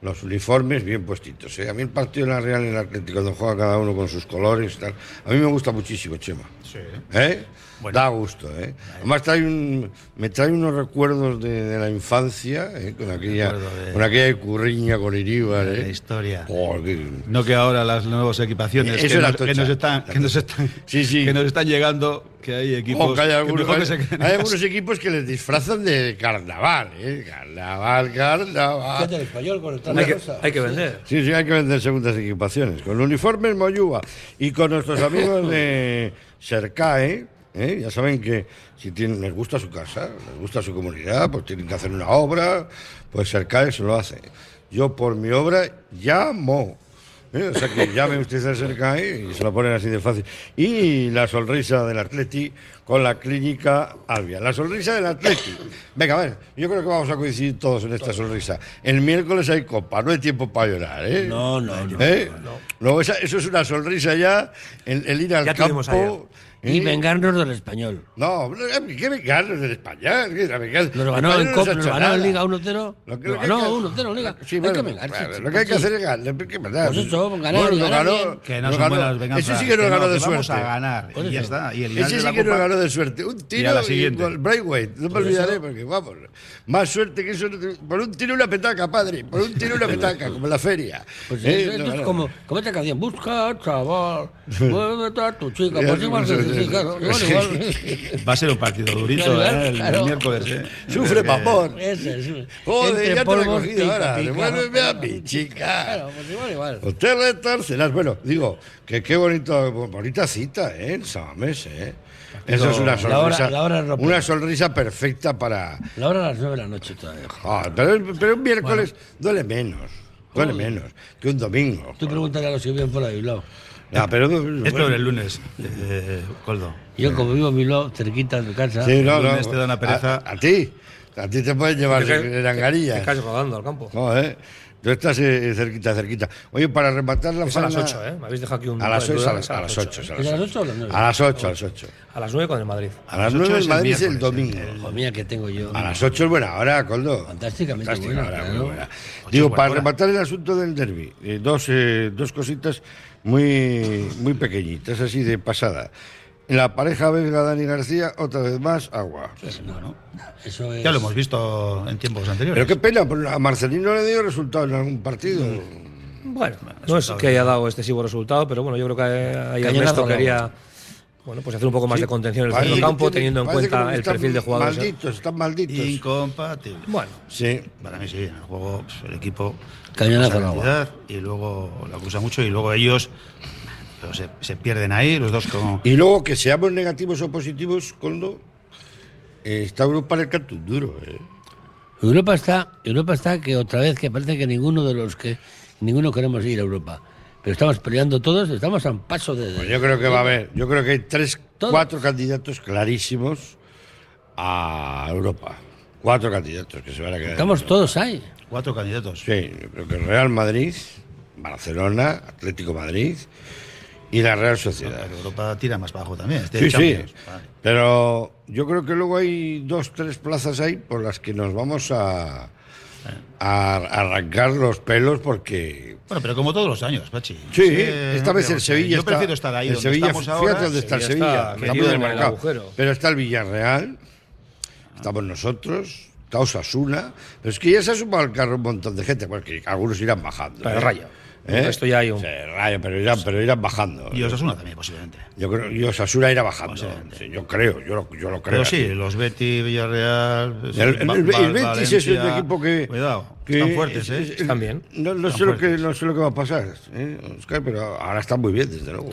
los uniformes bien puestitos. ¿eh? A mí el partido de la Real y el Atlético, cuando juega cada uno con sus colores y tal, a mí me gusta muchísimo, Chema. Sí. ¿Eh? Da gusto, ¿eh? Además trae un- me trae unos recuerdos de, de la infancia, ¿eh? con, aquella, Recuerdo de- con aquella curriña con Iríbar, ¿eh? La historia. Oh, qué- No que ahora las nuevas equipaciones Eso que, era nos, que tocha. nos están, que nos están, que nos están llegando, que hay equipos Oh, que hay, algunos, mejor que hay- se queden en hay casa. algunos equipos que les disfrazan de carnaval, ¿eh? Carnaval, carnaval. Fíjate, el español con esta cosa. Sí, sí, hay que vender segundas equipaciones. Con uniformes Moyúa y con nuestros amigos de Sercae, ¿eh? ya saben que si tienen, les gusta su casa, les gusta su comunidad, pues tienen que hacer una obra, pues Sercae se lo hace. Yo por mi obra llamo. ¿eh? O sea que llame usted a Sercae y se lo ponen así de fácil. Y la sonrisa del Atleti con la clínica Albia. La sonrisa del Atleti. Venga, a ver, yo creo que vamos a coincidir todos en esta sonrisa. El miércoles hay copa, no hay tiempo para llorar. ¿eh? No, no, no, ¿Eh? No, esa- eso es una sonrisa ya, el, el ir al Ya tuvimos campo. ayer. Y vengarnos del español. No, no, ¿qué vengarnos del español? ¿Qué la venganza? Nos El ganó en español no se Copa, ha nos hecho ganó en nada. Liga 1-0. Nos Lo que- lo que ganó hay que- 1-0 en Liga. Sí, Hay bueno, que vengarse, claro, chico, Lo que hay que sí. hacer es ganar. ¿qué verdad? Pues eso, Bueno, ganar, lo ganar ganó- bien. Que no lo son ganó- buenas venganzas. Ese sí que no Que ganó no, de que vamos suerte. a ganar. Y ya está. Y el líder Ese de sí la que no Copa- ganó de suerte. Un a tiro la y siguiente. gol. Braithwaite. No me Por eso- olvidaré porque, vamos, más suerte que suerte. Por un tiro una petaca, padre. Por un tiro una petaca, como en la feria. Pues Eh, esto no es ganó. como, como esta canción, busca chaval, vuelve a tu chica, pues igual que sí, sí, claro, igual, igual. Va a ser un partido durito Claro, ¿eh? el claro. miércoles. ¿eh? Sufre Porque- papor. Ese, sí. Joder, Entre ya te lo he polvos, cogido pica, ahora. pica. Devuélveme a mi chica. Claro, pues igual, igual. Usted retorcerás. Bueno, digo, que qué bonito, bonita cita, ¿eh? En Samamés, ¿eh? Eso es una La hora- sonrisa. la hora rompe. una sonrisa perfecta para. La hora a las 9 de la noche todavía. Ah, pero, pero un miércoles duele menos. Duele menos que un domingo. Tú pregúntale a los que viven fuera de Bilbao. Ya, pero, Es peor el lunes, eh, Coldo. Yo, como vivo en Bilbao, cerquita de tu casa. Sí, no, el no. lunes te da una pereza. A, a ti. A ti te pueden llevar Te caes- en angarilla. te caes rodando al campo. No, eh. Tú estás eh, cerquita, cerquita. Oye, para rematar la Es a las faena- 8, ¿eh? Me habéis dejado aquí un. A las duda, ocho, a es las- a las ocho, ocho, es a ¿eh? las ¿Es a las ocho. ocho o a las nueve? A las ocho, a las ocho. A las 9 con el Madrid. A las 9 en Madrid es el domingo. Hijo mía, que tengo yo. A las 8 es buena hora, Coldo. Fantásticamente Fantástica buena, hora, claro. muy buena. Ocho Digo, es buena para hora. rematar el asunto del derby, dos, eh, dos cositas muy, muy pequeñitas, así de pasada. La pareja belga Dani García, otra vez más, agua. Eso es. Ya lo hemos visto en tiempos anteriores. Pero qué pena, porque a Marcelino le dio resultado en algún partido. Mm. Bueno, no es que haya dado excesivo resultado, pero bueno, yo creo que eh, ahí Cañonazo Ernesto al agua. quería bueno, pues hacer un poco más Sí. de contención en el Parece centro que campo, tiene- teniendo en parece como cuenta que el están perfil de jugadores. ¿eh? Malditos, están malditos. Incompatible. Bueno. Sí. Para mí sí, en el juego pues, el equipo Cañonazo acusa al agua. cantidad y luego lo acusa mucho y luego ellos pero se, se pierden ahí, los dos como... Y luego que seamos negativos o positivos, Coldo, eh, está Europa en el canto duro. eh. Europa está, Europa está que otra vez que parece que ninguno de los que ninguno queremos ir a Europa. Pero estamos peleando todos, estamos a un paso de. Pues yo creo que va a haber, yo creo que hay tres, Todo. cuatro candidatos clarísimos a Europa. Cuatro candidatos que se van a quedar. Estamos todos ahí. Cuatro candidatos. Sí, yo creo que Real Madrid, Barcelona, Atlético Madrid y la Real Sociedad. Pero Europa tira más bajo también. este Sí, sí. Ah, Champions. Vale. Pero yo creo que luego hay dos, tres plazas ahí por las que nos vamos a, Eh. a arrancar los pelos porque Bueno, pero como todos los años, Pachi. Sí, Eh, esta vez pero el Sevilla Yo está- prefiero estar ahí el donde Sevilla, estamos fíjate ahora. dónde está el Sevilla, está que metido está en el marcado. agujero. Pero está el Villarreal, estamos nosotros, está Osasuna, pero es que ya se ha sumado al carro un montón de gente, porque algunos irán bajando. ¿eh? Pero raya. Esto ya hay un... raya, pero irán, pero irán bajando. Y Osasuna también, posiblemente. Yo creo, y Osasuna irá bajando. Sí, yo creo, yo lo, yo lo creo. Pero sí, los Betty, Villarreal. El- el- Va- el Val- Betis es un Valencia. equipo que- Cuidado, que- están fuertes, ¿eh? es- es- No, no Están sé lo que, no sé lo que va a pasar, ¿eh, Oscar, pero ahora está muy bien, desde luego.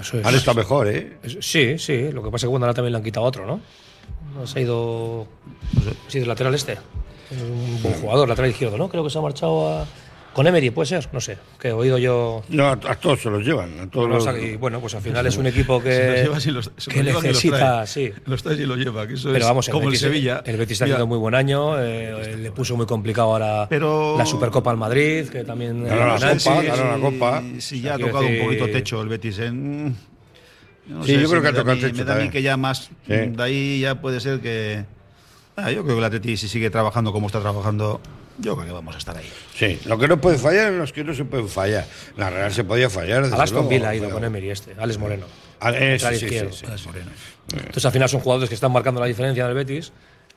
Eso es. Ahora está mejor, ¿eh? Es- Sí, sí. Lo que pasa es que Guadalajara también le han quitado otro, ¿no? No se ha ido. Sí, del lateral este. Es Un buen jugador, lateral izquierdo, ¿no? Creo que se ha marchado a. Con Emery, puede ser, no sé. Que he oído yo. No, a, a todos se los llevan. A todos Bueno, o los- sea, y bueno, pues al final es un equipo que, Se los lleva si los- se que los lleva que los necesita, trae. sí. Los trae y los lleva, que eso Pero es vamos, el como el Betis, eh, Sevilla. El Betis está Mira, haciendo muy buen año, eh, le puso muy complicado ahora Pero- la Supercopa al Madrid, que también. eh, Ganó la penaltis. Copa, ganó la Copa. Si ya ha Quiero tocado un decir- poquito techo el Betis en. no Sí, yo creo me que ha da a tocado mí- techo Me da a mí también. que ya más. Sí. De ahí ya puede ser que. Ah, yo creo que el Atleti, si sigue trabajando como está trabajando, yo creo que vamos a estar ahí. Sí, lo que no puede fallar es los que no se pueden fallar. La Real se podía fallar. desde Al Aston luego, Villa ha ido pero- con Emery este, Alex Moreno. Ah, eh, lateral sí, sí, izquierdo. sí, sí. Entonces al final son jugadores que están marcando la diferencia en el Betis.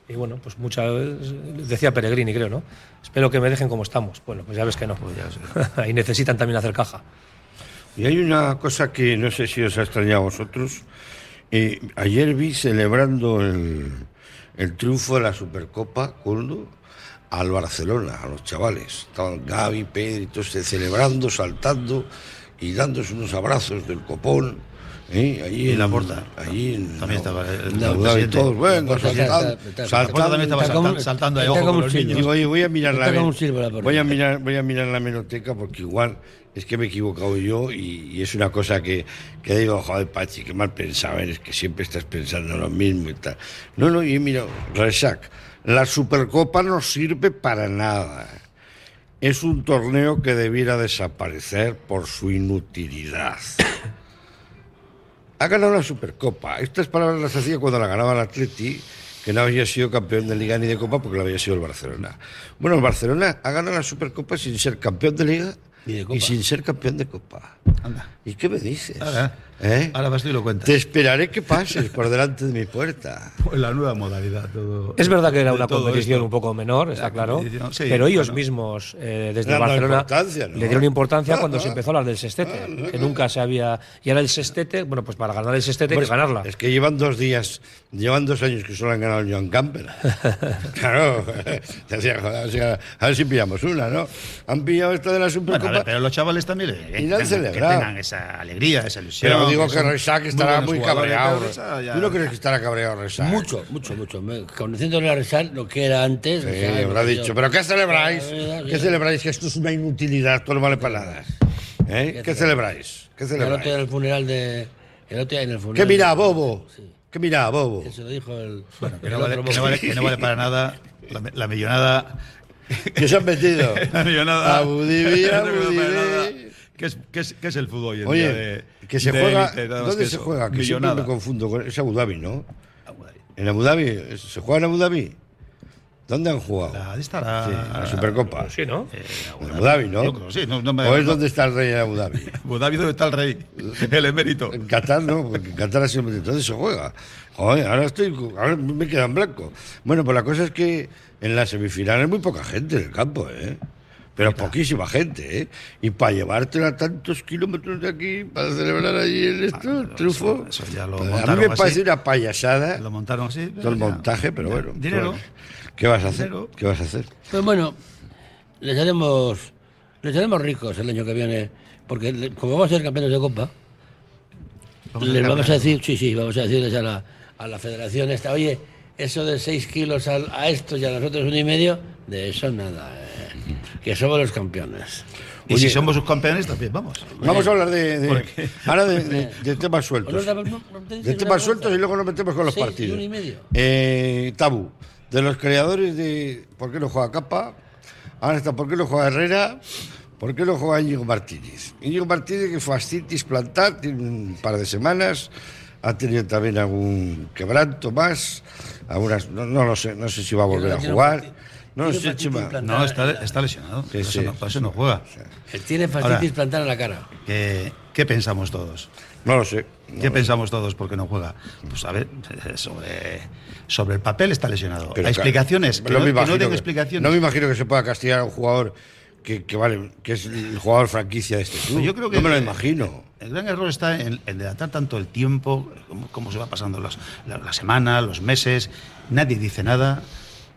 Y bueno, pues muchas veces, decía Peregrini, creo, ¿no? Espero que me dejen como estamos. Bueno, pues ya ves que no. y necesitan también hacer caja. Y hay una cosa que no sé si os ha extrañado a vosotros. Eh, ayer vi celebrando el, el triunfo de la Supercopa, Coldo, al Barcelona, a los chavales. Estaban Gaby, Pedri, todos eh, celebrando, saltando y dándose unos abrazos del copón. ¿eh? Allí Y en la Porta. Allí en- También estaba el- el en Abu Dhabi, presidente. todos, bueno, La Porta está- saltando, está- está- saltando. la Porta también estaba Está como- saltando- saltando ahí, está ojo, como con un los silbo. niños. Digo, oye, voy a mirar Está la como men- un silbo la Porta. voy a mirar, voy a mirar la menoteca porque igual es que me he equivocado yo y, y es una cosa que, que digo, joder, Pachi, qué mal pensado eres, que siempre estás pensando lo mismo y tal. No, no, y mira, Resac, la Supercopa no sirve para nada. Es un torneo que debiera desaparecer por su inutilidad. Ha ganado la Supercopa. Estas palabras las hacía cuando la ganaba el Atleti, que no había sido campeón de Liga ni de Copa porque lo había sido el Barcelona. Bueno, el Barcelona ha ganado la Supercopa sin ser campeón de Liga Y de y copa. sin ser campeón de Copa. ¿Y qué me dices? Ahora, ¿Eh? ahora vas tú y lo cuentas. Te esperaré que pases por delante de mi puerta. Pues La nueva modalidad. todo- Es verdad que era de una todo competición esto. un poco menor, está La claro. competición, sí, pero ellos bueno. mismos, eh, desde Le han dado Barcelona, importancia, ¿no? le dieron importancia Ah, cuando ah. se empezó a hablar del sextete, que nunca se había. Y ahora el sextete, bueno, pues para ganar el sextete hay Hombre, que ganarla. Es que llevan dos días, llevan dos años que solo han ganado el Joan Camper. claro, decía, joder, o sea, a ver si pillamos una, ¿no? Han pillado esta de la Bueno, a Supercopa. ver, pero los chavales también. Y eh, la han que tengan- que celebrado. tengan esa alegría, esa ilusión. Pero digo que Resac estará muy, cabreado. ¿eh? ¿Tú no crees que estará cabreado Resac? Mucho, mucho, mucho. Me- Conociéndole a Resac lo que era antes. Sí, o sea, habrá yo- dicho. ¿Pero qué celebráis? La verdad, ¿Qué yo- celebráis? Que esto es una inutilidad, esto no vale para nada. ¿Eh? ¿Qué celebráis? ¿Qué El otro celebráis? día en el funeral de. El otro día en el funeral. ¿Qué mira, de- bobo? ¿Qué mira, bobo? Eso lo dijo el. que el no, otro vale, que bobo. no vale- que no vale para nada la, me- la millonada. Que se han metido. la millonada. Abudibí, No vale para abudibí. nada. ¿Qué es, qué, es, ¿Qué es el fútbol hoy en día? Oye, de- que se de juega. élite, nada más ¿Dónde que se eso? juega? Que siempre Millonada. me confundo con. Es Abu Dhabi, ¿no? ¿En Abu Dhabi? ¿Se juega en Abu Dhabi? ¿Dónde han jugado? ah, La, la- Supercopa. Sí, ¿no? Eh, en Abu Dhabi, ¿no? Yo creo, sí, no- no me- ¿O es dónde está el rey en Abu Dhabi? Abu Dhabi, ¿dónde está el rey? El emérito. En Qatar no, porque en Qatar ha sido entonces se juega. Joder, ahora estoy ahora me queda en blanco. Bueno, pues la cosa es que en las semifinales muy poca gente en el campo, ¿eh? Pero poquísima gente, ¿eh? Y para llevártela a tantos kilómetros de aquí, para celebrar allí Ah, el esto, el triunfo. Pues, a mí montaron me así. parece una payasada. Lo montaron así. pero Todo el ya. montaje, pero bueno. pues, Dinero. ¿Qué vas a hacer? Dinero. ¿Qué vas a hacer? Pero bueno, les haremos, les haremos ricos el año que viene, porque le- como vamos a ser campeones de Copa, Vamos a les ser vamos a campeones. decir, sí, sí, vamos a decirles a la, a la federación esta, oye, eso de 6 kilos al- a estos y a nosotros uno y medio, de eso nada, eh, que somos los campeones. Y si somos sus campeones, también vamos. Vamos a hablar de, de- ahora de, de- de temas sueltos. De temas sueltos y luego nos metemos con los Seis y partidos. uno y medio. Eh, Tabu, de los creadores de ¿Por qué no juega Capa? Ahora está ¿Por qué no juega Herrera? ¿Por qué no juega Íñigo Martínez? Íñigo Martínez que fascitis plantar, tiene un par de semanas, ha tenido también algún quebranto más, algunas, no, no lo sé, no sé si va a volver a Tiene jugar. No lo tiene sé, fascitis Chema. plantar. No, está, está lesionado. Por eso sí. no- por eso no juega. Tiene fascitis Ahora. plantar en la cara. ¿Qué, qué pensamos todos? No lo sé. ¿Qué pensamos todos porque no juega? Pues a ver, sobre, sobre el papel está lesionado. Pero Hay claro, explicaciones. Que no, que no imagino den que- explicaciones. no me imagino que se pueda castigar a un jugador que, que vale, que es el jugador franquicia de este club. Pues yo creo que no me lo el- imagino. El gran error está en, en delatar tanto el tiempo, cómo, cómo se va pasando las- la, la semana, los meses. Nadie dice nada.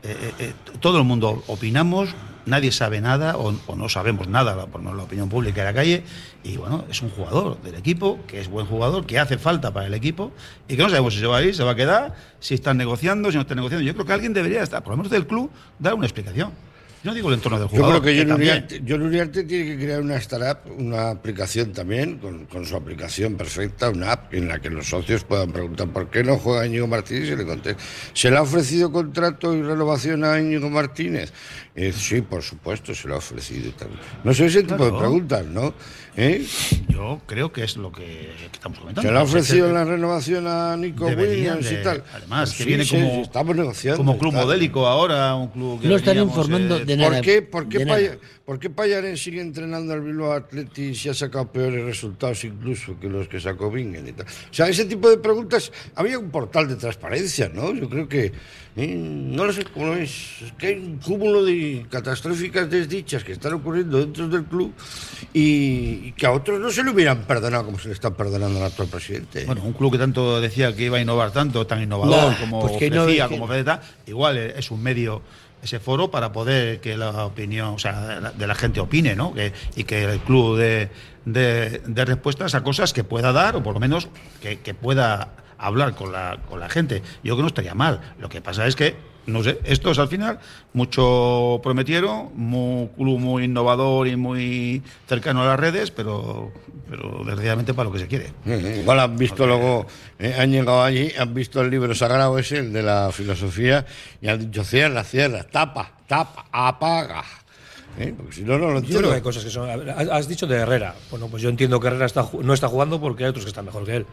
eh, eh, eh, t- todo el mundo opinamos, nadie sabe nada o, o no sabemos nada, la- por no la opinión pública de la calle. Y bueno, es un jugador del equipo, que es buen jugador, que hace falta para el equipo y que no sabemos si se va a ir, se va a quedar, si están negociando, si no están negociando. Yo creo que alguien debería estar, por lo menos del club, dar una explicación. Yo no digo el entorno del Yo jugador. creo que que John también- Uriarte, John Uriarte tiene que crear una startup, una aplicación también, con, con su aplicación perfecta, una app en la que los socios puedan preguntar por qué no juega Íñigo Martínez y le contesta. ¿Se le ha ofrecido contrato y renovación a Íñigo Martínez? Eh, sí, por supuesto, se lo ha ofrecido. y tal. No sé ese tipo Claro. de preguntas, ¿no? ¿Eh? Yo creo que es lo que, que estamos comentando. Se le ha Pues es ofrecido que la renovación a Nico deberían Williams de- y tal. Además, que Sí, viene sí, como, estamos negociando. como club tal. modélico ahora, un club que No están veníamos, informando eh, de ¿Por nada, qué, por, qué de nada. Paya- por qué Payares sigue entrenando al Bilbao Athletic si ha sacado peores resultados incluso que los que sacó Bingen y tal? O sea, ese tipo de preguntas. Había un portal de transparencia, ¿no? Yo creo que. eh, no lo sé cómo lo es. Es que hay un cúmulo de catastróficas desdichas que están ocurriendo dentro del club y, y que a otros no se le hubieran perdonado como se le están perdonando al actual presidente. Bueno, un club que tanto decía que iba a innovar tanto, tan innovador Bah, como pues que no- ofrecía, que- como ofrecía, igual eh, es un medio ese foro para poder que la opinión, o sea, la- de la gente opine, ¿no? Que- y que el club dé de, respuestas a cosas que pueda dar o por lo menos que, que pueda hablar con la, con la gente. Yo creo que no estaría mal. Lo que pasa es que, no sé, estos al final mucho prometieron, un club muy innovador y muy cercano a las redes, pero, pero desgraciadamente para lo que se quiere. Mm, Igual han visto luego, eh, han llegado allí, han visto el libro sagrado ese, el de la filosofía, y han dicho cierra, cierra, tapa, tapa, apaga. Eh, Porque si no, no Yo creo lo entiendo. que hay cosas que son. a ver, Has has dicho de Herrera. Bueno, pues yo entiendo que Herrera está, ju- no está jugando porque hay otros que están mejor que él.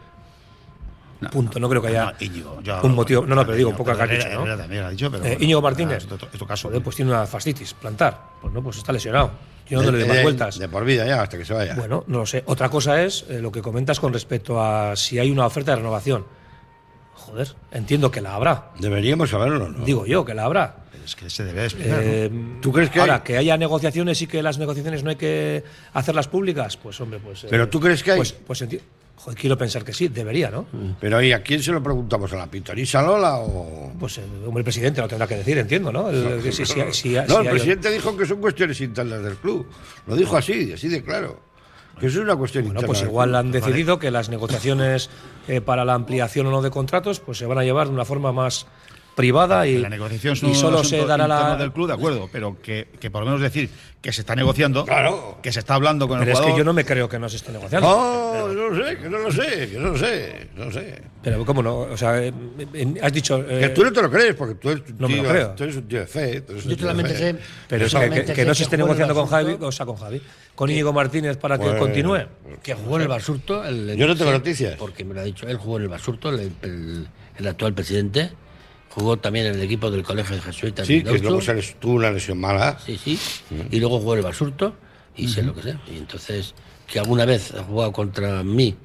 Punto. No creo que haya Ah, Íñigo, yo- un motivo. No, no, pero digo, un Pero poco acá Herrera- dicho, ¿no? Herrera también lo ha dicho, pero Eh, bueno, Íñigo nada, Martínez. es otro- es otro caso. Joder, pues tiene una fascitis, plantar. Pues no, pues está lesionado. Yo no De- le doy de- más vueltas. De por vida ya, hasta que se vaya. Bueno, no lo sé. Otra cosa es eh, lo que comentas con respecto a si hay una oferta de renovación. Joder, entiendo que la habrá. Deberíamos saberlo, ¿no? Digo yo que la habrá. Pero es que se debe explicar. Eh, ¿no? ¿Tú crees que ahora hay? que haya negociaciones y que las negociaciones no hay que hacerlas públicas, pues hombre, pues. eh, ¿Pero tú crees que hay? Mm. Pues, pues enti- joder, quiero pensar que sí, debería, ¿no? Pero ¿y a quién se lo preguntamos? ¿A la pitorisa Lola o...? Pues eh, hombre, el presidente lo tendrá que decir, entiendo, ¿no? El- que si- si- si- no, si hay- el presidente dijo que son cuestiones internas del club. Lo dijo así, así de claro. Que eso es una cuestión Bueno, interna pues del igual club, han ¿vale? decidido que las negociaciones eh, para la ampliación o no de contratos pues se van a llevar de una forma más privada y, la negociación es y un solo se asunto dará interno la del club, de acuerdo, pero que, que por lo menos decir que se está negociando, que se está hablando con ¿Ah? Pero el es jugador. que yo no me creo que no se esté negociando. No, Oh, no lo sé, que no lo sé, que no lo sé, no lo sé. Pero cómo no, o sea, eh, eh, has dicho eh, Que tú no te lo crees, porque tú eres, un No me tío- lo creo. tú eres un tío de fe. tú eres un Yo tío de solamente fe. sé- pero es que, que- que no se esté negociando con Javi, o sea, con Javi, con Íñigo Martínez para que Bueno, continúe. Que jugó en el Basurto. el- Yo no tengo sí, noticias. Porque me lo ha dicho. Él jugó en el Basurto, el, el- el actual presidente. Jugó también en el equipo del Colegio de Jesuitas. Sí, de que Deusto. luego sales tú una lesión mala. Sí, sí. Y luego jugó en el Basurto y sé lo que sé. Y entonces, que alguna vez ha jugado contra mí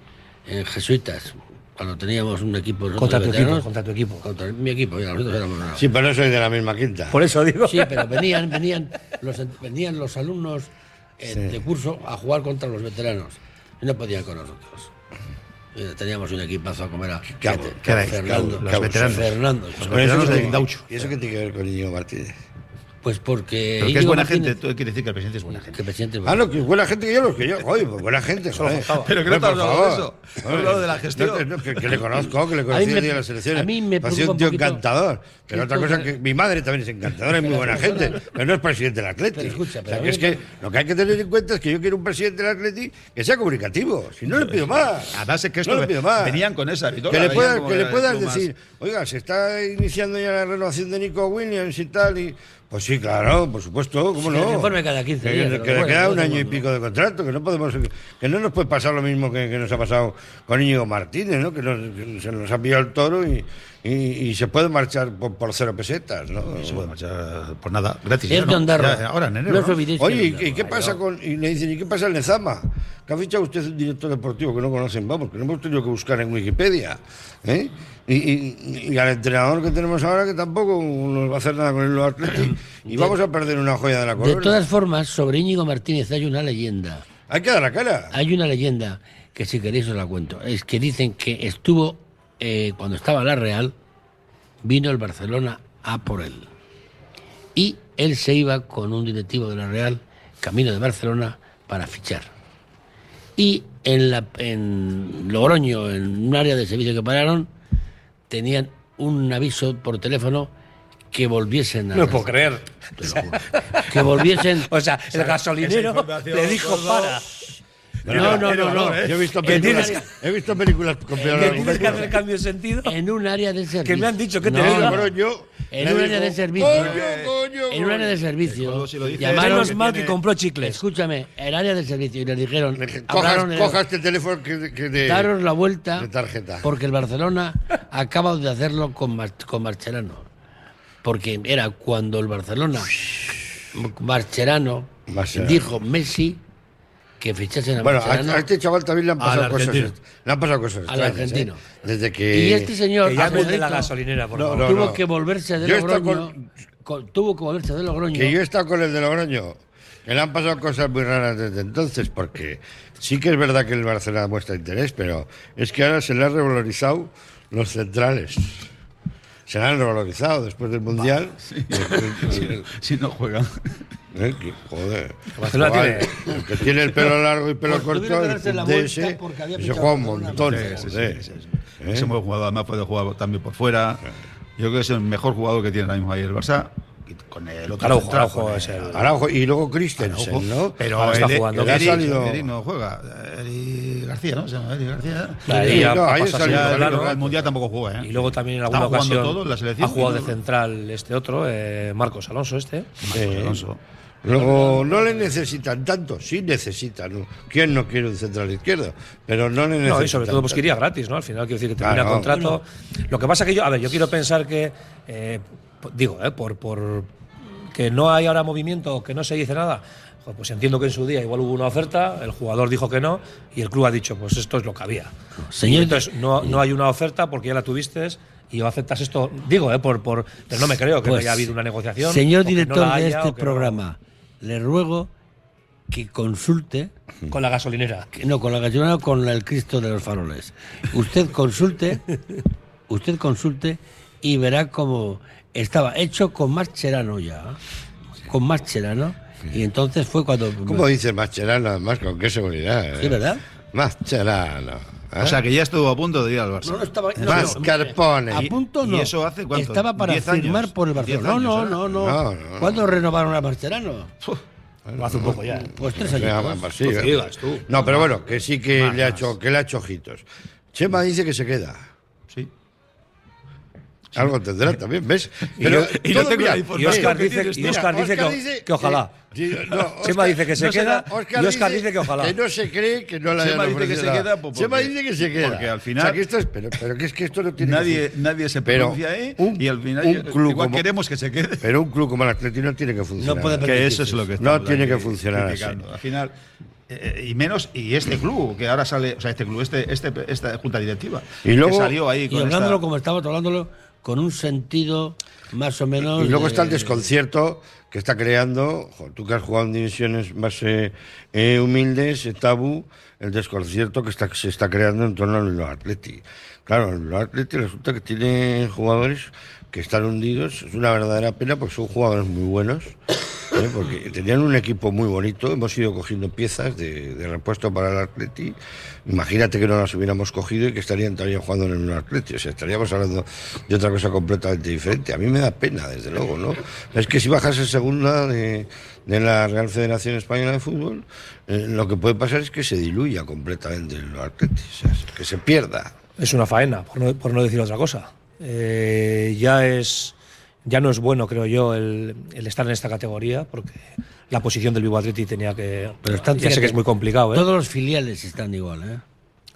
en Jesuitas, cuando teníamos un equipo. nosotros Contra de tu veteranos, equipo, contra tu equipo. Contra mi equipo, ya, nosotros éramos una- Sí, pero no soy de la misma quinta. Por eso digo. Sí, pero venían, venían, los, venían los alumnos eh, de curso a jugar contra los veteranos. Y no podían con nosotros. Eh, Teníamos un equipazo a comer a Cabo, siete. cabo, Fernando, cabo, los veteranos. Fernando. Los veteranos de Daucho. ¿Y eso qué tiene que ver con Íñigo Martínez? Pues porque. Pero que es Íñigo buena Martínez- gente, tú quiere decir que el presidente es buena gente. Que el presidente es Ah, buena no, que buena gente que yo, los que yo. Oye, pues buena gente, joder. Pero que no Hombre, te has por hablado de favor. eso. Te has hablado de la gestión. No, que- no, que, que le conozco, que A le mí conocí me- el día de las elecciones. a mí me ha sido preocupa un un tío poquito encantador. Pero que otra esto cosa que- que mi madre también es encantadora y muy Pero buena las gente. personas- Pero no es presidente del Atleti. Pero escucha, o sea, pero que es a mí- que lo que hay que tener en cuenta es que yo quiero un presidente del Atleti que sea comunicativo. Si no le pido más. Además es que esto no le pido más. venían con esa vitola, Que le, venían puedas- como que le era puedas el club más- decir, oiga, se está iniciando ya la renovación de Nico Williams y tal. Y... Pues sí, claro, por supuesto, ¿cómo Sí, no? que se informe cada 15 Que- días, Que, pero que le bueno, queda no un te año y mando. pico de contrato, que no podemos que no nos puede pasar lo mismo que, que nos ha pasado con Íñigo Martínez, ¿no? Que, nos- que se nos ha pillado el toro y, y- y se puede marchar por, por cero pesetas, ¿no? Se puede marchar por Eh, pues nada, gratis. Es ya, de ¿no? Ondarroa. Ya, Ahora en enero. No os ¿no? olvidéis que Oye, es ¿y, de qué- qué Ondarroa. pasa con.? Y le dicen, ¿y qué pasa en Lezama? Que ha fichado usted un director deportivo que no conocen, vamos, que no hemos tenido que buscar en Wikipedia. ¿eh? Y, y- y al entrenador que tenemos ahora, que tampoco nos va a hacer nada con el Nuevo Athletic, y vamos a perder una joya de la De corona. todas formas, sobre Íñigo Martínez hay una leyenda. Hay que dar la cara. Hay una leyenda que si queréis os la cuento. Es que dicen que estuvo, eh, cuando estaba la Real, vino el Barcelona a por él. Y él se iba con un directivo de la Real, camino de Barcelona, para fichar. Y en, la, en Logroño, en un área de servicio que pararon, tenían un aviso por teléfono que volviesen a... No lo puedo creer. Que volviesen... O sea, el esa gasolinero información, le dijo todo. para. No, no, no, no. Yo he visto ¿eh? Que películas, tienes he visto películas con peor Que tienes que argumento. hacer cambio de sentido. En un área de servicio. Que me han dicho que te No, diga. no. Yo En le un digo, área de servicio. "Coño, coño, en un área de servicio. Cuando si lo dices, llamaron, Menos mal que compró chicles. escúchame, el área de servicio y les dijeron, Cojas, hablaron, el- cojas este teléfono que, que de- daros la vuelta de tarjeta. porque el Barcelona acaba de hacerlo con, Mar- con Marcherano. Porque era cuando el Barcelona, Marcherano, Mascherano. dijo Messi que fichasen a Bueno, a, Mascherano. a este chaval también le han Al pasado cosas. argentino. Le han pasado cosas. Al extrañas, ¿eh? argentino. Desde que. y este señor Que llame el de la Angelito, gasolinera, por No, favor. no. tuvo que volverse de Yo he estado Logroño. con- tuvo que volverse de Logroño. Que yo he estado con el de Logroño. Que le han pasado cosas muy raras desde entonces, porque sí que es verdad que el Barcelona muestra interés, pero es que ahora se le han revalorizado los centrales. Se le han revalorizado después del Mundial. Eh, Si no juegan. eh, que- joder. Barcelona Joder, el que tiene el pelo largo y pelo Pues corto, tuvieron que el darse la de vuelta ese, porque había se pinchado juega un Barcelona. montón. Sí, sí, sí, joder. sí, sí. ¿Eh? Es un buen jugador, además puede jugar también por fuera. Yo creo que es el mejor jugador que tiene ahora mismo ahí el Barça. Y Con el otro Araujo, central, Araujo con el- es el- Araujo y luego Christensen, ¿no? Pero Ahora está Eri- jugando. Eri- Ha salido- Eri no juega. Eri García, ¿no? Se llama Eri García. La Sí, liga no, ha ahí pasado salió, sin Ya, ganar, claro. el ¿no? Mundial tampoco juega, ¿eh? Y luego también en Está alguna jugando ocasión todo, la selección, ha jugado y de no- central este otro, eh, Marcos Alonso este. Sí. Alonso. Luego no le necesitan tanto, sí necesitan. ¿no? ¿Quién no quiere un central izquierdo? Pero no le necesitan. No, y sobre todo pues que iría gratis, ¿no? Al final quiero decir que termina Claro. contrato. Lo que pasa que yo, a ver, yo quiero pensar que, eh, po- digo, eh, por, por que no hay ahora movimiento, que no se dice nada. jo, Pues entiendo que en su día igual hubo una oferta, el jugador dijo que no y el club ha dicho, pues esto es lo que había. Señor- Y entonces no, no hay una oferta porque ya la tuviste y aceptas esto, digo, eh, por, por, pero no me creo que no Pues, haya habido una negociación. o Señor que no director la de haya, este o que no- programa, le ruego que consulte, con la gasolinera. que- no con la gallina, no, con el Cristo de los faroles. Usted consulte, usted consulte y verá cómo estaba hecho con Marcherano ya. con más chela, ¿no? Y entonces fue cuando. ¿Cómo dices Mascherano, además? ¿Con qué seguridad? eh? Sí, ¿verdad? Mascherano. ¿eh? O sea, que ya estuvo a punto de ir al Barça. No, no estaba. no, Mascarpone. no, a punto no. ¿Y eso hace cuánto? Estaba para ¿Diez años? firmar por el Barcelona. ¿Diez no, años, no, eh? no, No, no. no, ¿Cuándo renovaron a Mascherano? Hace un poco ya. ¿eh? Pues tres Sí, años. ah, pues sí, Pues eh. digas tú. No, pero bueno, que sí que le ha hecho, que le ha hecho ojitos. Chema dice que se queda. Sí. Algo tendrá también, ¿ves? Pero y no todo, tengo mira, la información mira, que tienes tú. mira, Oscar dice que- que ojalá. sí, no, Chema dice que se queda y Oscar dice que ojalá. Que no se cree que no la Chema hayan dice que ofrecido se nada. queda, pues, Chema porque- dice que se queda. porque al O sea, final- que esto es- pero, pero que es que esto no tiene Nadie, que nadie se Pero pronuncia ahí un- y al final un club igual como- queremos que se quede. Pero un club como el Atlético no tiene que funcionar. No puede Que eso es lo que No estamos tiene aquí que funcionar así. criticando. Al final, eh, y menos, y este club, que ahora sale, o sea, este club, este, este, esta junta directiva, Y luego- que salió ahí Y con hablándolo esta- como estábamos hablándolo, con un sentido más o menos. Y luego de- está el desconcierto que está creando, jo, tú que has jugado en divisiones más eh, eh, humildes, eh, tabú, el desconcierto que, está, que se está creando en torno a los Atleti. Claro, los Atleti resulta que tiene jugadores que están hundidos, es una verdadera pena porque son jugadores muy buenos, ¿eh? porque tenían un equipo muy bonito, hemos ido cogiendo piezas de, de repuesto para el Atleti, imagínate que no las hubiéramos cogido y que estarían todavía jugando en el Atleti, o sea, estaríamos hablando de otra cosa completamente diferente. A mí me da pena, desde luego, ¿no? Es que si bajas en segunda de, de la Real Federación Española de Fútbol, eh, lo que puede pasar es que se diluya completamente el Atleti, o sea, que se pierda. Es una faena, por no, por no decir otra cosa. Eh, ya es ya no es bueno, creo yo, el, el estar en esta categoría, porque la posición del Vivo Atleti tenía que. Pero están, ya sé fíjate, que es muy complicado, ¿eh? Todos los filiales están igual, ¿eh?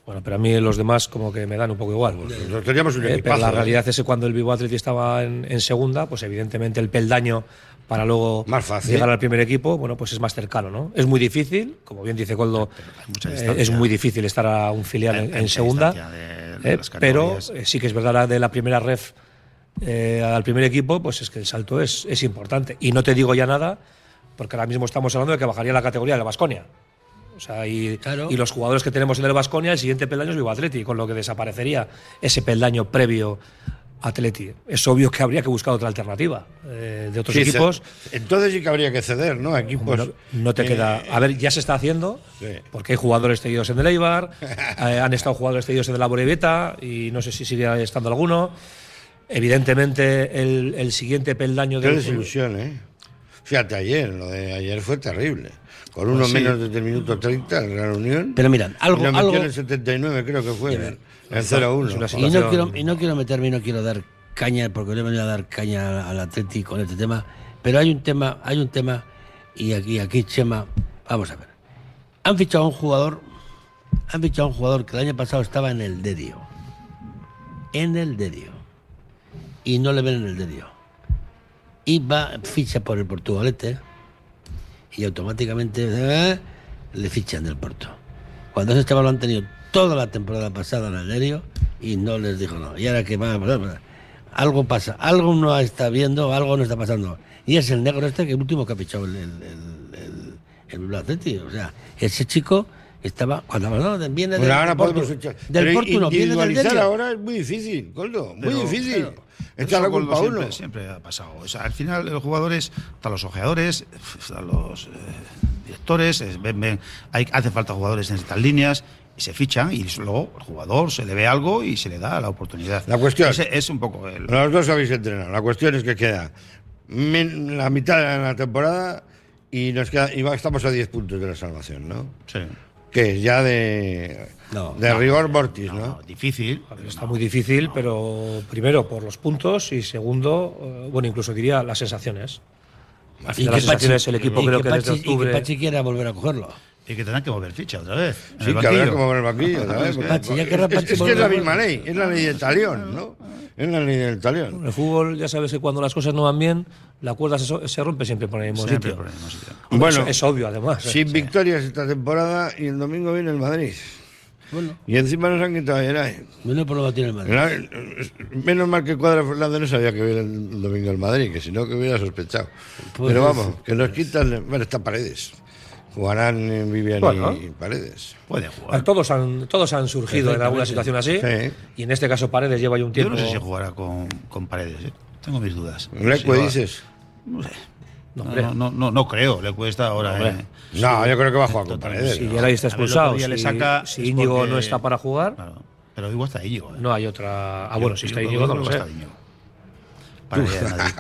Bueno, pero a mí los demás como que me dan un poco igual. Nosotros teníamos un Eh, pero equipazo, la ¿eh? realidad es que cuando el Vivo Atleti estaba en, en segunda, pues evidentemente el peldaño para luego Más fácil. llegar al primer equipo, bueno, pues es más cercano, ¿no? Es muy difícil, como bien dice Coldo, mucha eh, distancia. es muy difícil estar a un filial Hay en, en mucha segunda, distancia de- de eh, las pero categorías. eh, sí que es verdad la de la primera ref eh, al primer equipo, pues es que el salto es, es importante. Y no te digo ya nada, porque ahora mismo estamos hablando de que bajaría la categoría de la Vasconia. O sea, y, Claro. y los jugadores que tenemos en el Vasconia, el siguiente peldaño es Vivo Atleti, con lo que desaparecería ese peldaño previo a Atleti. Es obvio que habría que buscar otra alternativa eh, de otros Sí, equipos. se- entonces sí que habría que ceder, ¿no? A Equipos. no, no te eh, queda. A ver, ya se está haciendo, Sí. porque hay jugadores cedidos en el Eibar, eh, han estado jugadores cedidos en la Borevita y no sé si sigue estando alguno. Evidentemente, el, el siguiente peldaño Qué del- desilusión, ¿eh? Fíjate, ayer, lo de ayer fue terrible. Con uno sí. menos desde el minuto 30 en la reunión. Pero mira, algo- Y nos metió algo- en el 79, creo que fue. En el es una 0-1. Y Situación- no, quiero, y no quiero meterme y no quiero dar caña, porque le he venido a dar caña al Atleti con este tema, pero hay un tema, hay un tema, y aquí, aquí Chema, vamos a ver. Han fichado a un jugador, han fichado a un jugador que el año pasado estaba en el Dedio. En el Dedio. Y no le ven en el Dedio. Y va, ficha por el Portugalete, y automáticamente eh, le fichan del Porto. Cuando ese chaval lo han tenido toda la temporada pasada en el Derio y no les dijo no. Y ahora que va, bla, bla. algo pasa, algo no está viendo, algo no está pasando. Y es el negro este que último que ha pichado el, el, el, el- el Blue Atleti. O sea, ese chico estaba cuando hablamos de viene del, Bueno, Pues ahora del Porto, podemos echar. del Pero Porto no, viene del individualizar Derio. ahora es muy difícil, Coldo. Muy Pero, difícil. claro, Echar la eso con culpa a lo uno. Siempre, siempre ha pasado. O sea, al final, los jugadores, están los ojeadores, están los eh, directores, es- ven- ven, hay, hace falta jugadores en estas líneas. Y se fichan y luego el jugador se le ve algo y se le da la oportunidad. La cuestión- Ese es un poco el. Los dos habéis entrenado. La cuestión es que queda men- la mitad de la temporada y nos queda, y va- estamos a 10 puntos de la salvación, ¿no? Sí. Que es ya de, No, de rigor mortis, ¿no? No, difícil. Joder, Está muy difícil, pero primero por los puntos y segundo, eh, bueno, incluso diría las sensaciones. Al final las sensaciones, el equipo y creo que que desde Pachi- y que octubre. Pachi quiera volver a cogerlo. Y que tendrán que mover ficha otra vez. en Sí, el que habrá banquillo. como en el banquillo. otra vez, Ah, Pachi, porque- ya querrá es, Pachi es que es la volver. misma ley, es la ley del talión, ¿no? Es la ley del talión. En el fútbol ya sabes que cuando las cosas no van bien, la cuerda se, so- se rompe siempre por el mismo Siempre sitio. por el mismo sitio. Bueno, Bueno, eso es obvio además. ¿eh? Sin victorias esta temporada y el domingo viene el Madrid. Y encima nos han quitado a Geray. Menos problema tiene el Madrid. La- Menos mal que Cuadra Fernández no sabía que viene el domingo el Madrid, que si no que hubiera sospechado. Pues- Pero vamos, que nos quitan. Bueno, está Paredes. Jugarán eh, Vivian Bueno. y Paredes. Puede Ah, jugar. Todos han, todos han surgido en alguna situación así. Sí. Y en este caso Paredes lleva ya un Yo tiempo. no sé si jugará con, con paredes. ¿eh? Tengo mis dudas. Leque, Si va- dices. No sé. No, Hombre. no, no, no, no creo, le cuesta ahora. Hombre. eh. No, yo creo que va a jugar con Total, Paredes, sí, ¿no? ya ahí está A ver, el expulsado. otro día le Si- saca si es Íñigo porque- no está para jugar. pero digo hasta Íñigo. ¿eh? No hay otra. Ah, bueno, si está Íñigo, no lo sé. Para Uf. allá de Madrid.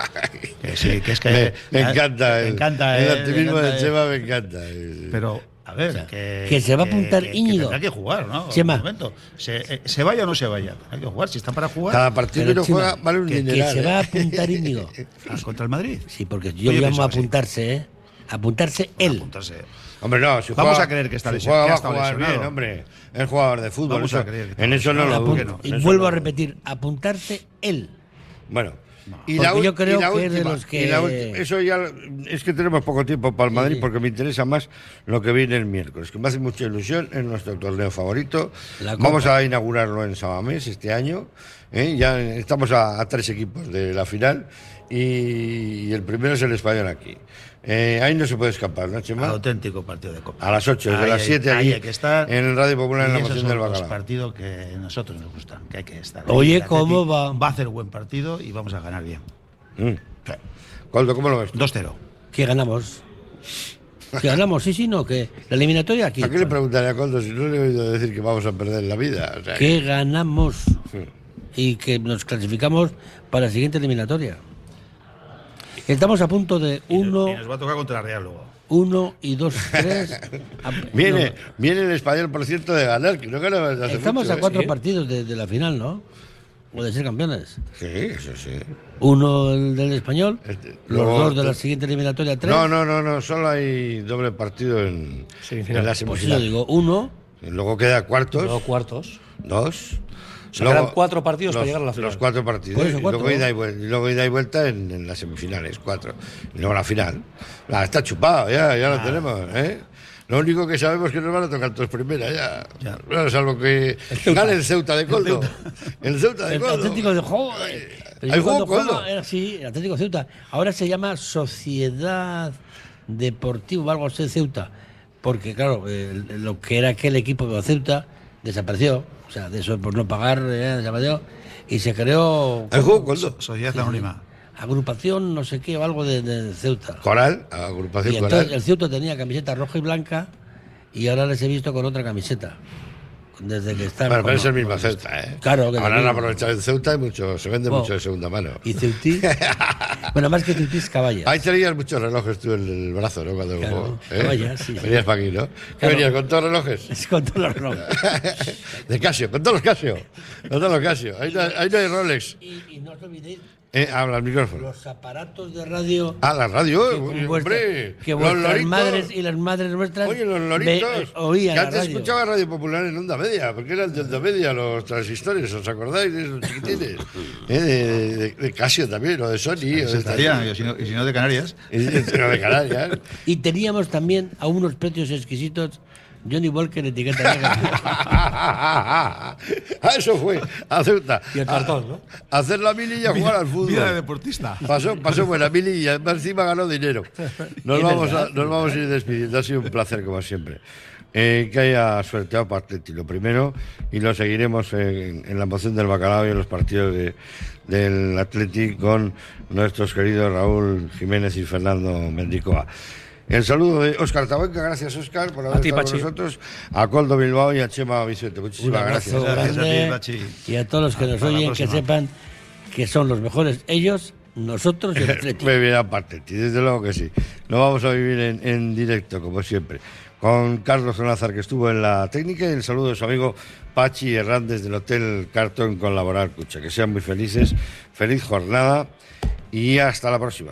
Que sí, que es que. Me, me ah, encanta. me El, encanta, el eh, optimismo me de encanta, Chema eh. me encanta. eh. Pero, a ver, que, que se va a que- apuntar que- que Íñigo. tendrá que jugar, ¿no? En Chema. algún momento. Se, eh, se vaya o no se vaya. Hay que jugar. Si está para jugar. Cada partido Pero, que no Chema, juega vale un que- que dineral, se va a ¿eh? apuntar Íñigo. ah, ¿Contra el Madrid? Sí, porque yo Oye, llamo a pensaba, sí. apuntarse, ¿eh? Apuntarse él. Hombre, no, si Vamos juega- a creer que está si lesionado, juega, que ha va a estado jugar bien, lesionado. hombre. Es jugador de fútbol. Vamos eso- a creer que está en eso no lo Apun- dudo. y en eso vuelvo no a lo dudo. repetir, apuntarse él. Bueno. Porque ul- yo creo y la que es de los que- y la ulti- eso ya es que tenemos poco tiempo para el Madrid porque me interesa más lo que viene el miércoles, que me hace mucha ilusión, es nuestro torneo favorito. La Copa. Vamos a inaugurarlo en Sabamés este año. ¿eh? Ya estamos a, a tres equipos de la final y, y el primero es el español aquí. Eh, ahí no se puede escapar, ¿no, Chema? Ah, auténtico partido de Copa. ¿Ah? A las 8, Ahí de las hay- 7 ahí aquí, hay que estar. en Radio Popular en Y la esos moción son del los Bacalao. partidos que a nosotros nos gustan, que hay que estar. Oye, El Atleti ¿cómo va? Va a hacer buen partido y vamos a ganar bien. Mm. Coldo, ¿cómo lo ves? 2-0. Que ganamos. Que ganamos, sí, sí, no, que la eliminatoria aquí. ¿A qué le preguntaré a Coldo si no le he oído decir que vamos a perder la vida? O sea, Que ganamos y que nos clasificamos para la siguiente eliminatoria. Estamos a punto de Y 1, nos va a tocar contra la Real luego. 1 y 2, 3. Viene, viene el español, por cierto, de ganar, que no ganaba desde hace Estamos mucho, a ¿eh? cuatro partidos de, de la final, ¿no? O de ser campeones. Sí, eso sí. Uno el del español, los Este, luego- dos de la siguiente eliminatoria, tres. No, no, no, no, solo hay doble partido en, en la Pues yo semifinal. digo, uno. Y Luego queda cuartos, Luego cuartos. dos. O sea, quedan cuatro partidos para llegar a la final. Los cuatro partidos. Por eso, y, cuatro, luego ida y, ¿no? vuel- y luego ida y vuelta en, en las semifinales, cuatro. Y luego la final. Ah, está chupado, ya, ya lo tenemos. ¿eh? Lo único que sabemos es que nos van a tocar dos primeras, ya. Bueno, salvo que gane el Ceuta de Coldo. El Ceuta de El Coldo. Atlético de Joder. Pero ¿Hay yo cuando juego, Coldo? jugaba era así, el Atlético de Ceuta. Ahora se llama Sociedad Deportiva o algo así de Ceuta. Porque, claro, el- lo que era aquel equipo de Ceuta desapareció. O sea, de eso por no pagar, eh, desapareció. Y se creó. ¿Hay juego, Coldo? Sociedad Anónima. Agrupación, no sé qué, o algo de, de Ceuta. Coral, Y agrupación entonces coral. el Ceuta tenía camiseta roja y blanca y ahora les he visto con otra camiseta. Desde que están. Bueno, pero con- es el mismo Ceuta, ¿eh? Claro que es el Ahora han mismo. aprovechado el Ceuta y mucho, se vende Bueno. mucho de segunda mano. Y Ceutí. bueno, más que Ceutí es caballa. Ahí tenías muchos relojes tú en el brazo, ¿no? Cuando Claro, jugó, ¿eh? caballa, sí, sí. Venías para aquí, ¿no? ¿Qué Claro. venías? ¿Con todos los relojes? Con todos los relojes. De Casio, con todos los Casio. Con todos los Casio. Ahí no, ahí no hay Rolex. Y, y no os olvidéis Eh, habla el micrófono. los aparatos de radio. Ah, la radio, que uy, con hombre. que Los vuestras loritos. madres y las madres nuestras. Oye, los ve- loritos. oían que la antes radio. escuchaba Radio Popular en Onda Media, porque eran de Onda Media los transistores, ¿os acordáis de esos chiquitines? Eh, de, de- de Casio también, o de Sony. o de estas- Estaría, y si no- y si no de Canarias. Y si no de Canarias. Y teníamos también a unos precios exquisitos. Johnny Walker etiqueta negra. Ah, eso fue, a Ceuta. Y el cartón, ¿no? hacer la mili y a jugar al fútbol. Vida de deportista. Pasó, pasó buena mili y además encima ganó dinero. Nos, Es vamos a, verdad, nos vamos a ir despidiendo. Ha sido un placer, como siempre. Eh, que haya suerteado para Atleti, lo primero, y lo seguiremos en, en la moción del bacalao y en los partidos de- del Atleti con nuestros queridos Raúl Jiménez y Fernando Mendicoa. El saludo de Óscar Tabuenca, gracias Óscar por haber A ti, estado con Pachi. nosotros, a Coldo Bilbao y a Chema Vicente. Un Muchísimas gracias. abrazo grande. Y a todos los que nos Hasta la oyen, que próxima. sepan que son los mejores ellos, nosotros y el Atlético. Muy bien, aparte, y desde luego que sí. Lo vamos a vivir en, en directo, como siempre. Con Carlos Onazar, que estuvo en la técnica, y el saludo de su amigo Pachi Hernández del Hotel Cartón con Laboral Cucha. Que sean muy felices, feliz jornada y hasta la próxima.